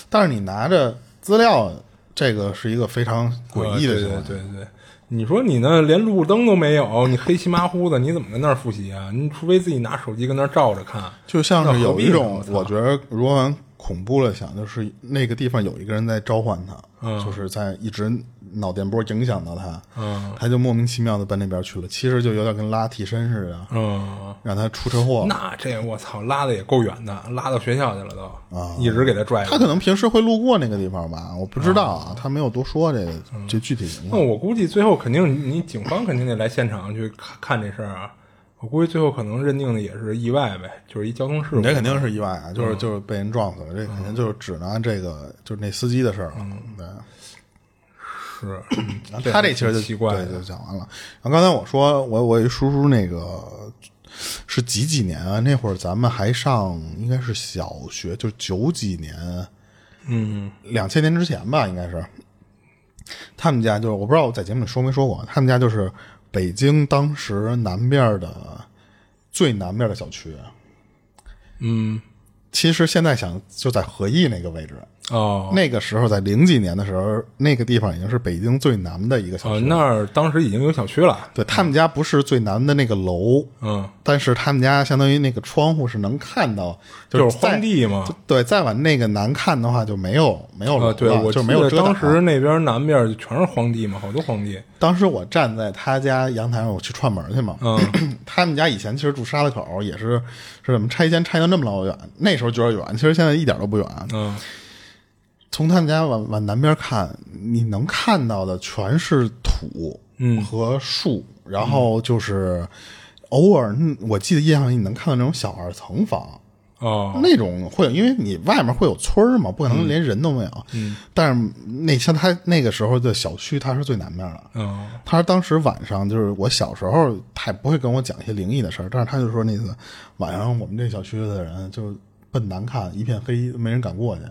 [SPEAKER 2] 但是你拿着资料，这个是一个非常诡异的
[SPEAKER 3] 呃
[SPEAKER 2] 行为。
[SPEAKER 3] 对对对对。你说你那连路灯都没有，你黑漆麻糊的，你怎么跟那儿复习啊？你除非自己拿手机跟那儿照着看。
[SPEAKER 2] 就像是有一种
[SPEAKER 3] 那何，必呢
[SPEAKER 2] 我觉得如果往恐怖了想，就是那个地方有一个人在召唤他，就是在一直脑电波影响到他，
[SPEAKER 3] 嗯
[SPEAKER 2] 他就莫名其妙的奔那边去了。其实就有点跟拉替身似的，
[SPEAKER 3] 嗯，
[SPEAKER 2] 让他出车祸。
[SPEAKER 3] 那这我操拉的也够远的，拉到学校去了都，一直给他拽
[SPEAKER 2] 啊他
[SPEAKER 3] 着。
[SPEAKER 2] 可能平时会路过那个地方吧，我不知道啊，他没有多说这这具体情
[SPEAKER 3] 嗯那
[SPEAKER 2] 况。
[SPEAKER 3] 我估计最后肯定你警方肯定得来现场去看看这事儿啊。我估计最后可能认定的也是意外呗，就是一交通事故。
[SPEAKER 2] 你这肯定是意外啊，就是
[SPEAKER 3] 嗯
[SPEAKER 2] 就是被
[SPEAKER 3] 嗯
[SPEAKER 2] 人撞死了，这肯定就是只能按这个就是那司机的事儿了。对，
[SPEAKER 3] 是，
[SPEAKER 2] 然后
[SPEAKER 3] 对
[SPEAKER 2] 他这其实就
[SPEAKER 3] 挺奇怪
[SPEAKER 2] 对，
[SPEAKER 3] 的
[SPEAKER 2] 就讲完了。然后刚才我说，我我一叔叔那个是几几年啊？那会儿咱们还上应该是小学，就是九几年，嗯，两千年之前吧，应该是。他们家就是我不知道我在节目里说没说过，啊他们家就是北京当时南边的最南边的小区。
[SPEAKER 3] 嗯，
[SPEAKER 2] 其实现在想就在和义那个位置，
[SPEAKER 3] 哦，
[SPEAKER 2] 那个时候在零几年的时候，那个地方已经是北京最南的一个小
[SPEAKER 3] 哦
[SPEAKER 2] 区。，
[SPEAKER 3] 那儿当时已经有小区了，
[SPEAKER 2] 对他们家不是最南的那个楼，
[SPEAKER 3] 嗯，
[SPEAKER 2] 但是他们家相当于那个窗户是能看到，
[SPEAKER 3] 就是
[SPEAKER 2] 是再
[SPEAKER 3] 荒。地嘛。
[SPEAKER 2] 对，再往那个南看的话就没有没有楼
[SPEAKER 3] 啊，
[SPEAKER 2] 了，
[SPEAKER 3] 对，我
[SPEAKER 2] 哦就
[SPEAKER 3] 记
[SPEAKER 2] 没有
[SPEAKER 3] 得
[SPEAKER 2] 遮挡啊
[SPEAKER 3] 当时那边南边就全是荒地嘛，好多荒地。
[SPEAKER 2] 当时我站在他家阳台上，我去串门去嘛。
[SPEAKER 3] 嗯
[SPEAKER 2] 他们家以前其实住沙子口，也是是怎么拆迁拆到那么老远，那时候觉得远，其实现在一点都不远。
[SPEAKER 3] 嗯，
[SPEAKER 2] 从他们家往往南边看，你能看到的全是土，
[SPEAKER 3] 嗯
[SPEAKER 2] 和树，然后就是偶尔，嗯我记得印象里你能看到那种小二层房，
[SPEAKER 3] 哦，
[SPEAKER 2] 那种会有，因为你外面会有村儿嘛，不可能连人都没有。嗯，但是那像他那个时候的小区，它是最南面的。
[SPEAKER 3] 嗯，
[SPEAKER 2] 他当时晚上就是我小时候，他也不会跟我讲一些灵异的事儿，但是他就说那次晚上我们这小区的人就奔南看，一片黑，没人敢过去。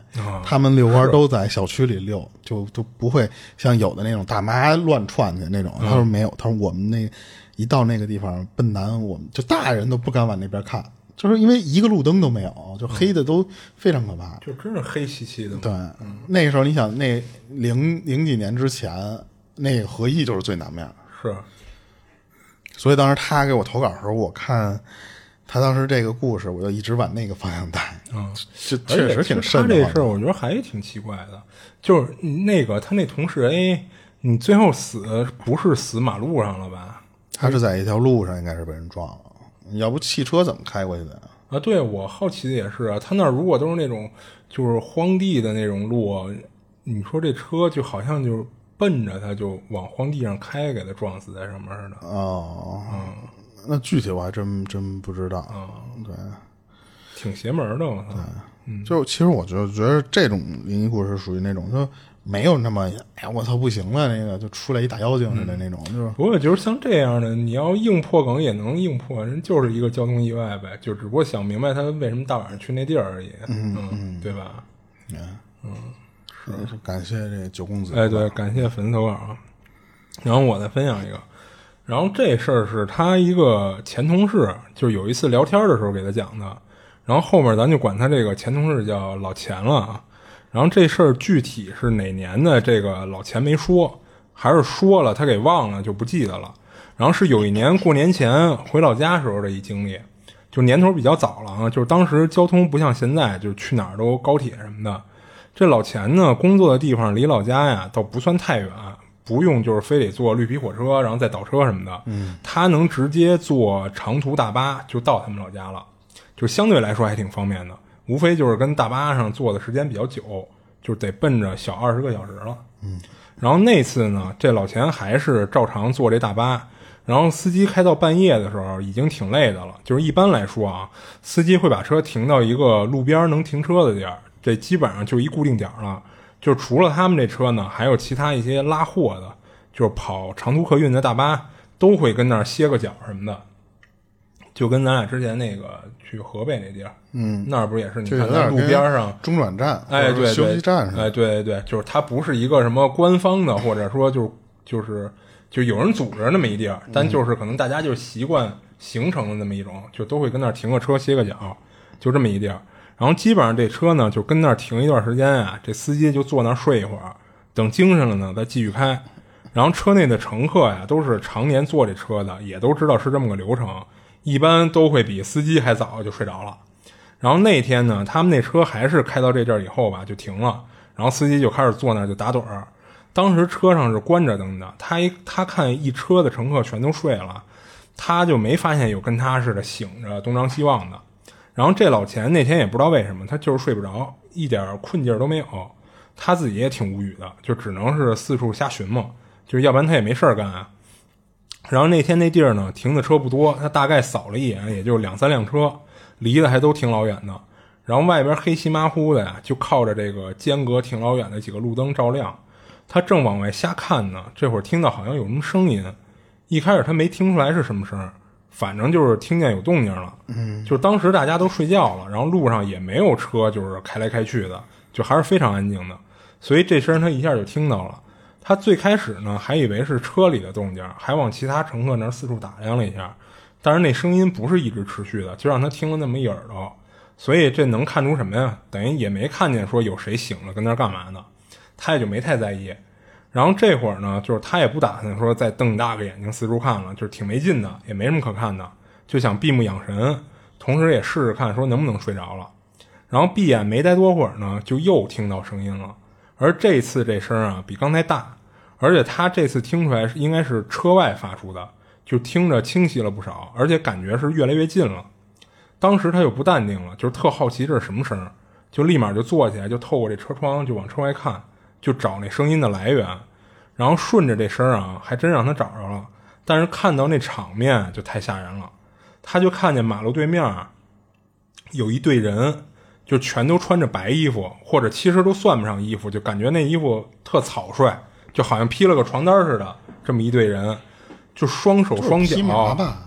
[SPEAKER 2] 他们遛弯都在小区里遛，就就不会像有的那种大妈乱窜去那种。他说没有，他说我们那一到那个地方奔南，我们就大人都不敢往那边看，就是因为一个路灯都没有，就黑的都非常可怕。
[SPEAKER 3] 就真是黑漆漆的嘛。
[SPEAKER 2] 对，那时候你想，那零零几年之前，那个和义就是最南面。
[SPEAKER 3] 是，
[SPEAKER 2] 所以当时他给我投稿的时候，我看他当时这个故事，我就一直往那个方向带，
[SPEAKER 3] 嗯，
[SPEAKER 2] 这确实挺瘆
[SPEAKER 3] 他
[SPEAKER 2] 得
[SPEAKER 3] 这
[SPEAKER 2] 慌
[SPEAKER 3] 事儿，我觉得还挺奇怪的，就是那个他那同事 A，你最后死不是死马路上了吧？
[SPEAKER 2] 他是在一条路上，应该是被人撞了，要不汽车怎么开过去的呀？
[SPEAKER 3] 啊，对我好奇的也是啊，他那儿如果都是那种就是荒地的那种路，啊你说这车就好像就是奔着他就往荒地上开，给他撞死在上面似的，
[SPEAKER 2] 哦，
[SPEAKER 3] 嗯
[SPEAKER 2] 那具体我还真真不知道。对，
[SPEAKER 3] 挺邪门的，我操！嗯
[SPEAKER 2] 就其实我觉得觉得这种灵异故事属于那种就没有那么哎呀我操不行了那个就出来一大妖精似
[SPEAKER 3] 嗯
[SPEAKER 2] 的那种，就是
[SPEAKER 3] 不过就是像这样的，你要硬破梗也能硬破，人就是一个交通意外呗，就只不过想明白他为什么大晚上去那地儿而已，嗯，对吧？
[SPEAKER 2] 是感谢这九公子。
[SPEAKER 3] 哎，对，感谢粉丝投稿啊。然后我再分享一个，然后这事儿是他一个前同事，就是有一次聊天的时候给他讲的。然后后面咱就管他这个前同事叫老钱了啊。然后这事儿具体是哪年的，这个老钱没说，还是说了他给忘了就不记得了。然后是有一年过年前回老家时候的一经历，就年头比较早了啊，就是当时交通不像现在，就是去哪儿都高铁什么的。这老钱呢，工作的地方离老家呀倒不算太远，不用就是非得坐绿皮火车，然后再倒车什么的。嗯，他能直接坐长途大巴就到他们老家了，就相对来说还挺方便的。无非就是跟大巴上坐的时间比较久，就是得奔着小二十个小时了。嗯，然后那次呢，这老钱还是照常坐这大巴。然后司机开到半夜的时候已经挺累的了，就是一般来说啊，司机会把车停到一个路边能停车的地儿，这基本上就一固定点儿了。就除了他们这车呢，还有其他一些拉货的，就是跑长途客运的大巴都会跟那儿歇个脚什么的，就跟咱俩之前那个去河北那地儿，嗯，那儿不是也是你
[SPEAKER 2] 就有
[SPEAKER 3] 看咱
[SPEAKER 2] 点
[SPEAKER 3] 路
[SPEAKER 2] 跟
[SPEAKER 3] 边上
[SPEAKER 2] 中转站，
[SPEAKER 3] 哎，
[SPEAKER 2] 或者
[SPEAKER 3] 对，
[SPEAKER 2] 休
[SPEAKER 3] 对
[SPEAKER 2] 息站似的。
[SPEAKER 3] 哎，对对对，就是它不是一个什么官方的，或者说就是就是就有人组织那么一地儿，但就是可能大家就是习惯形成的那么一种，就都会跟那儿停个车歇个脚，就这么一地儿。然后基本上这车呢就跟那儿停一段时间啊，这司机就坐那儿睡一会儿，等精神了呢再继续开。然后车内的乘客呀，都是常年坐这车的，也都知道是这么个流程，一般都会比司机还早就睡着了。然后那天呢，他们那车还是开到这地儿以后吧，就停了。然后司机就开始坐那儿就打盹儿。当时车上是关着灯的，他一他看一车的乘客全都睡了，他就没发现有跟他似的醒着东张西望的。然后这老钱那天也不知道为什么，他就是睡不着，一点儿困劲儿都没有。他自己也挺无语的，就只能是四处瞎寻摸，就是要不然他也没事儿干啊。然后那天那地儿呢，停的车不多，他大概扫了一眼，也就两三辆车，离得还都挺老远的。然后外边黑漆麻糊的呀，就靠着这个间隔挺老远的几个路灯照亮。他正往外瞎看呢，这会儿听到好像有什么声音，一开始他没听出来是什么声儿，反正就是听见有动静了。嗯，就是当时大家都睡觉了，然后路上也没有车，就是开来开去的，就还是非常安静的。所以这声儿他一下就听到了。他最开始呢还以为是车里的动静，还往其他乘客那儿四处打量了一下，但是那声音不是一直持续的，就让他听了那么一耳朵。所以这能看出什么呀？等于也没看见说有谁醒了跟那儿干嘛呢，他也就没太在意。然后这会儿呢，就是他也不打算说再瞪大个眼睛四处看了，就是挺没劲的，也没什么可看的，就想闭目养神，同时也试试看说能不能睡着了。然后闭眼没待多会儿呢，就又听到声音了，而这次这声啊比刚才大，而且他这次听出来是应该是车外发出的，就听着清晰了不少，而且感觉是越来越近了。当时他就不淡定了，就是特好奇这是什么声儿，就立马就坐起来，就透过这车窗就往车外看，就找那声音的来源，然后顺着这声儿啊，还真让他找着了。但是看到那场面就太吓人了，他就看见马路对面儿有一队人，就全都穿着白衣服，或者其实都算不上衣服，就感觉那衣服特草率，就好像披了个床单似的，这么一队人，就双手双脚
[SPEAKER 2] 披麻吧，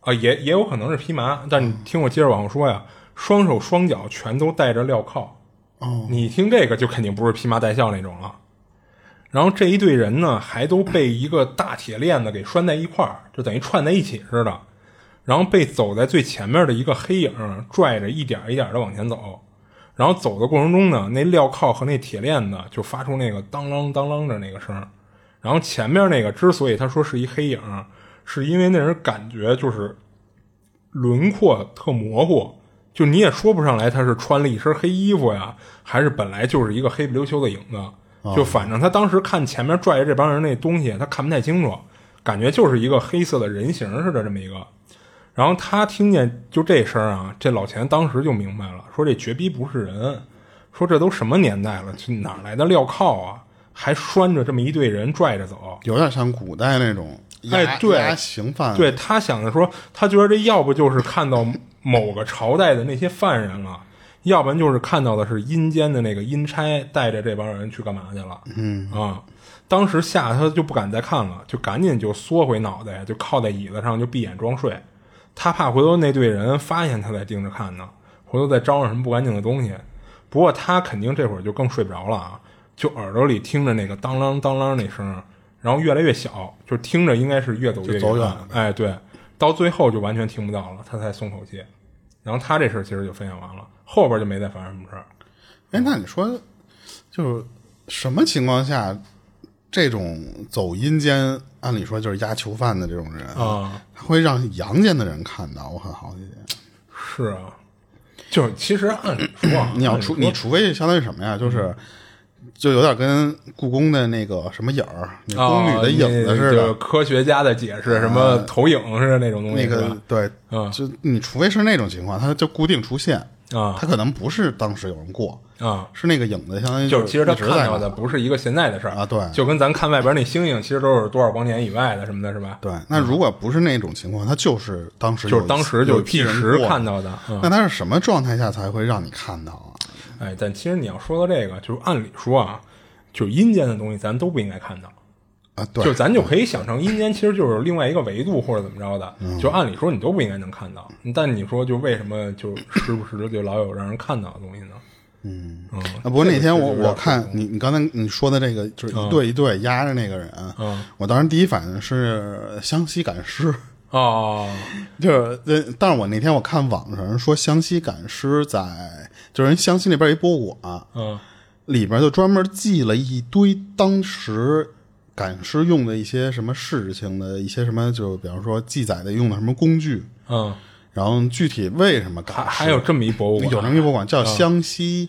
[SPEAKER 3] 啊，也也有可能是披麻，但你听我接着往后说呀，双手双脚全都带着镣铐。
[SPEAKER 2] 哦，
[SPEAKER 3] 你听这个就肯定不是披麻戴孝那种了。然后这一队人呢，还都被一个大铁链子给拴在一块儿，就等于串在一起似的。然后被走在最前面的一个黑影儿拽着，一点儿一点的往前走。然后走的过程中呢，那镣铐和那铁链子就发出那个当啷当啷的那个声儿。然后前面那个之所以他说是一黑影儿，是因为那人感觉就是轮廓特模糊，就你也说不上来他是穿了一身黑衣服呀，还是本来就是一个黑不溜秋的影子。就反正他当时看前面拽着这帮人那东西，他看不太清楚，感觉就是一个黑色的人形似的这么一个。然后他听见就这声儿啊，这老钱当时就明白了，说这绝逼不是人，说这都什么年代了，这哪来的镣铐啊，还拴着这么一队人拽着走。
[SPEAKER 2] 有点像古代那种压
[SPEAKER 3] 哎对
[SPEAKER 2] 压刑犯，
[SPEAKER 3] 对他想的说，他觉得这要不就是看到某个朝代的那些犯人了，要不然就是看到的是阴间的那个阴差带着这帮人去干嘛去了。嗯啊，当时吓得他就不敢再看了，就赶紧就缩回脑袋，就靠在椅子上就闭眼装睡。他怕回头那队人发现他在盯着看呢，回头再招上什么不干净的东西。不过他肯定这会儿就更睡不着了啊，就耳朵里听着那个当啷当啷那声儿，然后越来越小，就听着应该是越走
[SPEAKER 2] 就
[SPEAKER 3] 越
[SPEAKER 2] 走远
[SPEAKER 3] 了。哎，对，到最后就完全听不到了，他才松口气。然后他这事儿其实就分享完了，后边就没再发生什么事儿。
[SPEAKER 2] 哎，那你说，就是什么情况下，这种走阴间，按理说就是押囚犯的这种人
[SPEAKER 3] 啊，
[SPEAKER 2] 他会让阳间的人看到？我很好奇。
[SPEAKER 3] 是啊，就是其实按理说嗯啊，
[SPEAKER 2] 你要
[SPEAKER 3] 按理
[SPEAKER 2] 除你除非相当于什么呀？就是就有点跟故宫的那个什么影儿，那宫女的影子似
[SPEAKER 3] 啊那就
[SPEAKER 2] 的，
[SPEAKER 3] 科学家的解释，什么投影似的那嗯种东
[SPEAKER 2] 那
[SPEAKER 3] 西，是
[SPEAKER 2] 个
[SPEAKER 3] 吧
[SPEAKER 2] 对，就你除非是那种情况，他就固定出现
[SPEAKER 3] 啊
[SPEAKER 2] 他可能不是当时有人过，
[SPEAKER 3] 啊，
[SPEAKER 2] 是那个影子，相当于
[SPEAKER 3] 就是其实他
[SPEAKER 2] 一直
[SPEAKER 3] 看
[SPEAKER 2] 在
[SPEAKER 3] 到的不是一个现在的事儿
[SPEAKER 2] 啊对
[SPEAKER 3] 就跟咱看外边那星星，其实都是多少光年以外的什么的，是吧？
[SPEAKER 2] 对，那如果不是那种情况，他就是当时有
[SPEAKER 3] 嗯就是当时
[SPEAKER 2] 有
[SPEAKER 3] 就
[SPEAKER 2] 一批
[SPEAKER 3] 即
[SPEAKER 2] 人
[SPEAKER 3] 时
[SPEAKER 2] 过
[SPEAKER 3] 看到的，嗯
[SPEAKER 2] 那他是什么状态下才会让你看到啊？
[SPEAKER 3] 哎，但其实你要说到这个，就是按理说啊，就是阴间的东西咱都不应该看到，
[SPEAKER 2] 啊，对，
[SPEAKER 3] 就咱就可以想成阴间其实就是另外一个维度或者怎么着的，
[SPEAKER 2] 嗯
[SPEAKER 3] 就按理说你都不应该能看到，但你说就为什么就时不时的就老有让人看到的东西呢？嗯嗯，
[SPEAKER 2] 啊，不是那天我
[SPEAKER 3] 这个
[SPEAKER 2] 我看你你刚才你说的这个就是一对一对压着那个人，
[SPEAKER 3] 嗯
[SPEAKER 2] 我当时第一反应是湘西赶尸，
[SPEAKER 3] 哦，
[SPEAKER 2] 就是呃但是我那天我看网上说湘西赶尸在就是人湘西那边一啊博物馆、
[SPEAKER 3] 嗯
[SPEAKER 2] 里边就专门记了一堆当时赶尸用的一些什么事情的一些什么，就比方说记载的用的什么工具，
[SPEAKER 3] 嗯，
[SPEAKER 2] 然后具体为什么
[SPEAKER 3] 还
[SPEAKER 2] 赶尸，
[SPEAKER 3] 还有这么一博物馆，嗯
[SPEAKER 2] 有那么一博物馆叫湘西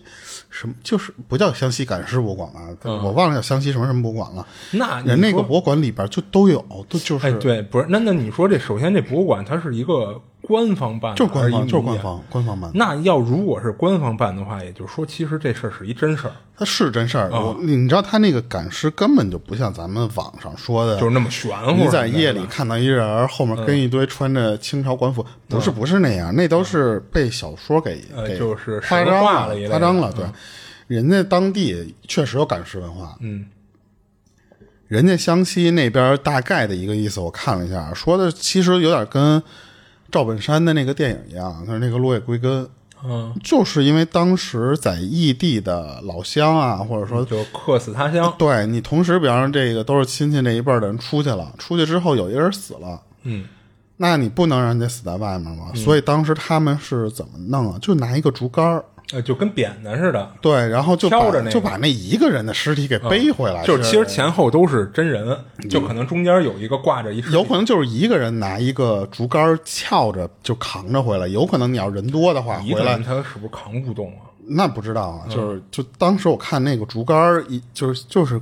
[SPEAKER 2] 什么，就是不叫湘西赶尸博物馆了，我忘了叫湘西什么什么博物馆了。
[SPEAKER 3] 嗯那你
[SPEAKER 2] 人那个
[SPEAKER 3] 说
[SPEAKER 2] 博物馆里边就都有，都就是、
[SPEAKER 3] 哎，对，不是，那那你说这首先这博物馆它是一个官方办的，
[SPEAKER 2] 就是官
[SPEAKER 3] 还
[SPEAKER 2] 方，
[SPEAKER 3] 一
[SPEAKER 2] 就是
[SPEAKER 3] 民
[SPEAKER 2] 官
[SPEAKER 3] 间。
[SPEAKER 2] 方官方办的，
[SPEAKER 3] 那要如果是官方办的话，也就是说，其实这事儿是一真事儿，
[SPEAKER 2] 它是真事儿。
[SPEAKER 3] 嗯
[SPEAKER 2] 我你知道他那个赶尸根本就不像咱们网上说的，
[SPEAKER 3] 就是那么玄乎。
[SPEAKER 2] 你在夜里看到一人儿后面
[SPEAKER 3] 嗯
[SPEAKER 2] 跟一堆穿着清朝官服，不是不是那样，那都是被小说给
[SPEAKER 3] 呃
[SPEAKER 2] 给
[SPEAKER 3] 就是
[SPEAKER 2] 夸
[SPEAKER 3] 神
[SPEAKER 2] 张
[SPEAKER 3] 话了一类的
[SPEAKER 2] 夸张了。对，人家当地确实有赶尸文化，嗯，人家湘西那边大概的一个意思，我看了一下，说的其实有点跟赵本山的那个电影一样，他是那个落叶归根，
[SPEAKER 3] 嗯，
[SPEAKER 2] 就是因为当时在异地的老乡啊，或者说
[SPEAKER 3] 就客死他乡，
[SPEAKER 2] 对你同时，比方说这个都是亲戚这一辈儿的人出去了，出去之后有一个人死了，
[SPEAKER 3] 嗯，
[SPEAKER 2] 那你不能让人家死在外面嘛，所以当时他们是怎么弄啊？就拿一个竹竿儿，
[SPEAKER 3] 呃，就跟扁担似的，
[SPEAKER 2] 对，然后就把
[SPEAKER 3] 挑着那个嗯
[SPEAKER 2] 就把那一个人的尸体给背回来，
[SPEAKER 3] 就是其实前后都是真人，就可能中间有一个挂着一尸体
[SPEAKER 2] 有可能就是一个人拿一个竹竿儿翘着就扛着回来，有可能你要人多的话
[SPEAKER 3] 一
[SPEAKER 2] 回
[SPEAKER 3] 个
[SPEAKER 2] 来
[SPEAKER 3] 人他是不是扛不动啊？
[SPEAKER 2] 那不知道啊，就是就当时我看那个竹竿儿一就是就是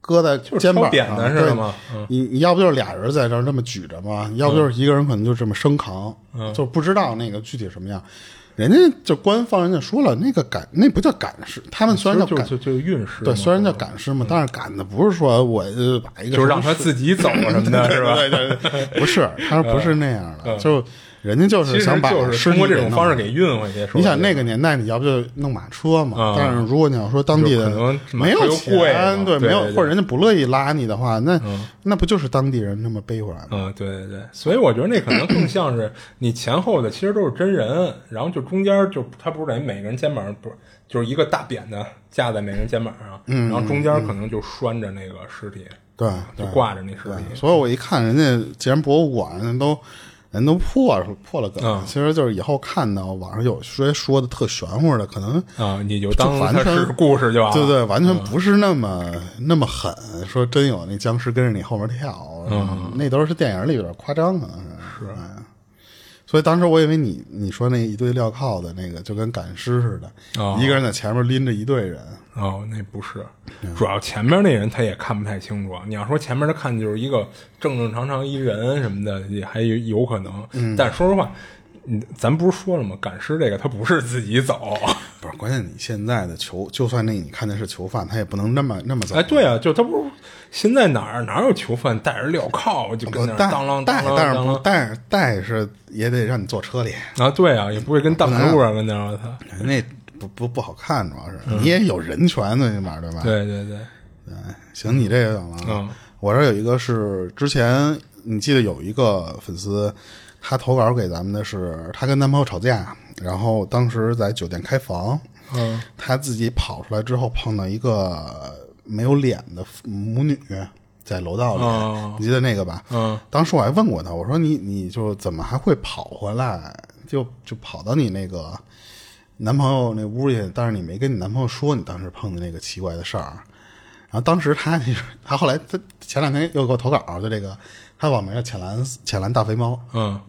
[SPEAKER 2] 搁在
[SPEAKER 3] 是嗯
[SPEAKER 2] 肩膀
[SPEAKER 3] 挑扁
[SPEAKER 2] 上，
[SPEAKER 3] 担似
[SPEAKER 2] 对
[SPEAKER 3] 的嘛
[SPEAKER 2] 你你要不就是俩人在这儿那么举着嘛，要不
[SPEAKER 3] 嗯
[SPEAKER 2] 就是一个人可能就这么生扛，就不知道那个具体什么样。人家就官方人家说了，那个赶那不叫赶尸，他们虽然叫
[SPEAKER 3] 就
[SPEAKER 2] 赶
[SPEAKER 3] 就就运尸嘛，
[SPEAKER 2] 对，虽然叫赶尸嘛，但是赶的不是说我呃把一个
[SPEAKER 3] 嗯就是让
[SPEAKER 2] 什么
[SPEAKER 3] 他自己走啊什么的，
[SPEAKER 2] 对
[SPEAKER 3] 是吧？嗯
[SPEAKER 2] 对对对对，不是，他不是那样的，就人家就
[SPEAKER 3] 其
[SPEAKER 2] 是
[SPEAKER 3] 实
[SPEAKER 2] 想把
[SPEAKER 3] 就是
[SPEAKER 2] 尸
[SPEAKER 3] 通
[SPEAKER 2] 体
[SPEAKER 3] 过这种
[SPEAKER 2] 弄
[SPEAKER 3] 方式
[SPEAKER 2] 回来
[SPEAKER 3] 给运回去。
[SPEAKER 2] 你想那
[SPEAKER 3] 个
[SPEAKER 2] 个年代，你要不就弄马车嘛
[SPEAKER 3] 啊？
[SPEAKER 2] 但是如果你要说当地的
[SPEAKER 3] 就可能马车
[SPEAKER 2] 没有
[SPEAKER 3] 又
[SPEAKER 2] 钱
[SPEAKER 3] 贵啊，
[SPEAKER 2] 对，
[SPEAKER 3] 对
[SPEAKER 2] 没有
[SPEAKER 3] 对对嗯
[SPEAKER 2] 或者人家不乐意拉你的话，那那不就是当地人那么背回来吗？
[SPEAKER 3] 嗯，对对对，所以我觉得那可能更像是你前后的其实都是真人，然后就中间就他不是等于每个人肩膀上不是就是一个大扁担架在每个人肩膀上，
[SPEAKER 2] 嗯
[SPEAKER 3] 然后中间可能就拴着那个尸体，
[SPEAKER 2] 对
[SPEAKER 3] 就
[SPEAKER 2] 对，
[SPEAKER 3] 挂着那尸体，
[SPEAKER 2] 所以我一看人家，既然博物馆人都人都破了破了梗，
[SPEAKER 3] 嗯
[SPEAKER 2] 其实就是以后看到网上有些说的特玄乎的，可能
[SPEAKER 3] 啊，你就当
[SPEAKER 2] 完
[SPEAKER 3] 它
[SPEAKER 2] 全
[SPEAKER 3] 是故事就完了。嗯
[SPEAKER 2] 对对，完全不是那么、那么狠。说真有那僵尸跟着你后面跳，嗯，那都是电影里有点夸张，可能是。是、所以当时我以为你你说那一堆镣铐的那个就跟赶尸似的，
[SPEAKER 3] 哦
[SPEAKER 2] 一个人在前面拎着一队人。
[SPEAKER 3] 哦，那不是，主要前面那人他也看不太清楚。啊你要说前面他看就是一个正正常常一人什么的，也还有有可能。但说实话，嗯咱不是说了吗？赶尸这个他不是自 己走。
[SPEAKER 2] 不是，关键你现在的囚，就算那你看的是囚犯，他也不能那么那么早。
[SPEAKER 3] 哎，对啊，就他不是现在哪儿哪有囚犯带着镣铐就跟那儿
[SPEAKER 2] 哦带
[SPEAKER 3] 当啷
[SPEAKER 2] 带
[SPEAKER 3] 当啷
[SPEAKER 2] 但是
[SPEAKER 3] 当
[SPEAKER 2] 不
[SPEAKER 3] 啷
[SPEAKER 2] 带带是也得让你坐车里，
[SPEAKER 3] 啊？对啊，也不会跟大马路上跟那儿
[SPEAKER 2] 嗯
[SPEAKER 3] 他。
[SPEAKER 2] 那不不不好看，主要是、你也有人权最起码对吧？
[SPEAKER 3] 嗯对对对，
[SPEAKER 2] 行，你这个讲完了。
[SPEAKER 3] 嗯
[SPEAKER 2] 我这儿有一个是之前你记得有一个粉丝，她投稿给咱们的是她跟男朋友吵架，然后当时在酒店开房，
[SPEAKER 3] 嗯
[SPEAKER 2] 她自己跑出来之后碰到一个没有脸的母女在楼道里，
[SPEAKER 3] 哦
[SPEAKER 2] 你记得那个吧？
[SPEAKER 3] 嗯，
[SPEAKER 2] 当时我还问过她，我说你你就怎么还会跑回来？就就跑到你那个男朋友那屋里，但是你没跟你男朋友说你当时碰的那个奇怪的事儿。然后当时她那个，她后来她前两天又给我投稿，就这个她网名叫浅蓝浅蓝大肥猫。
[SPEAKER 3] 嗯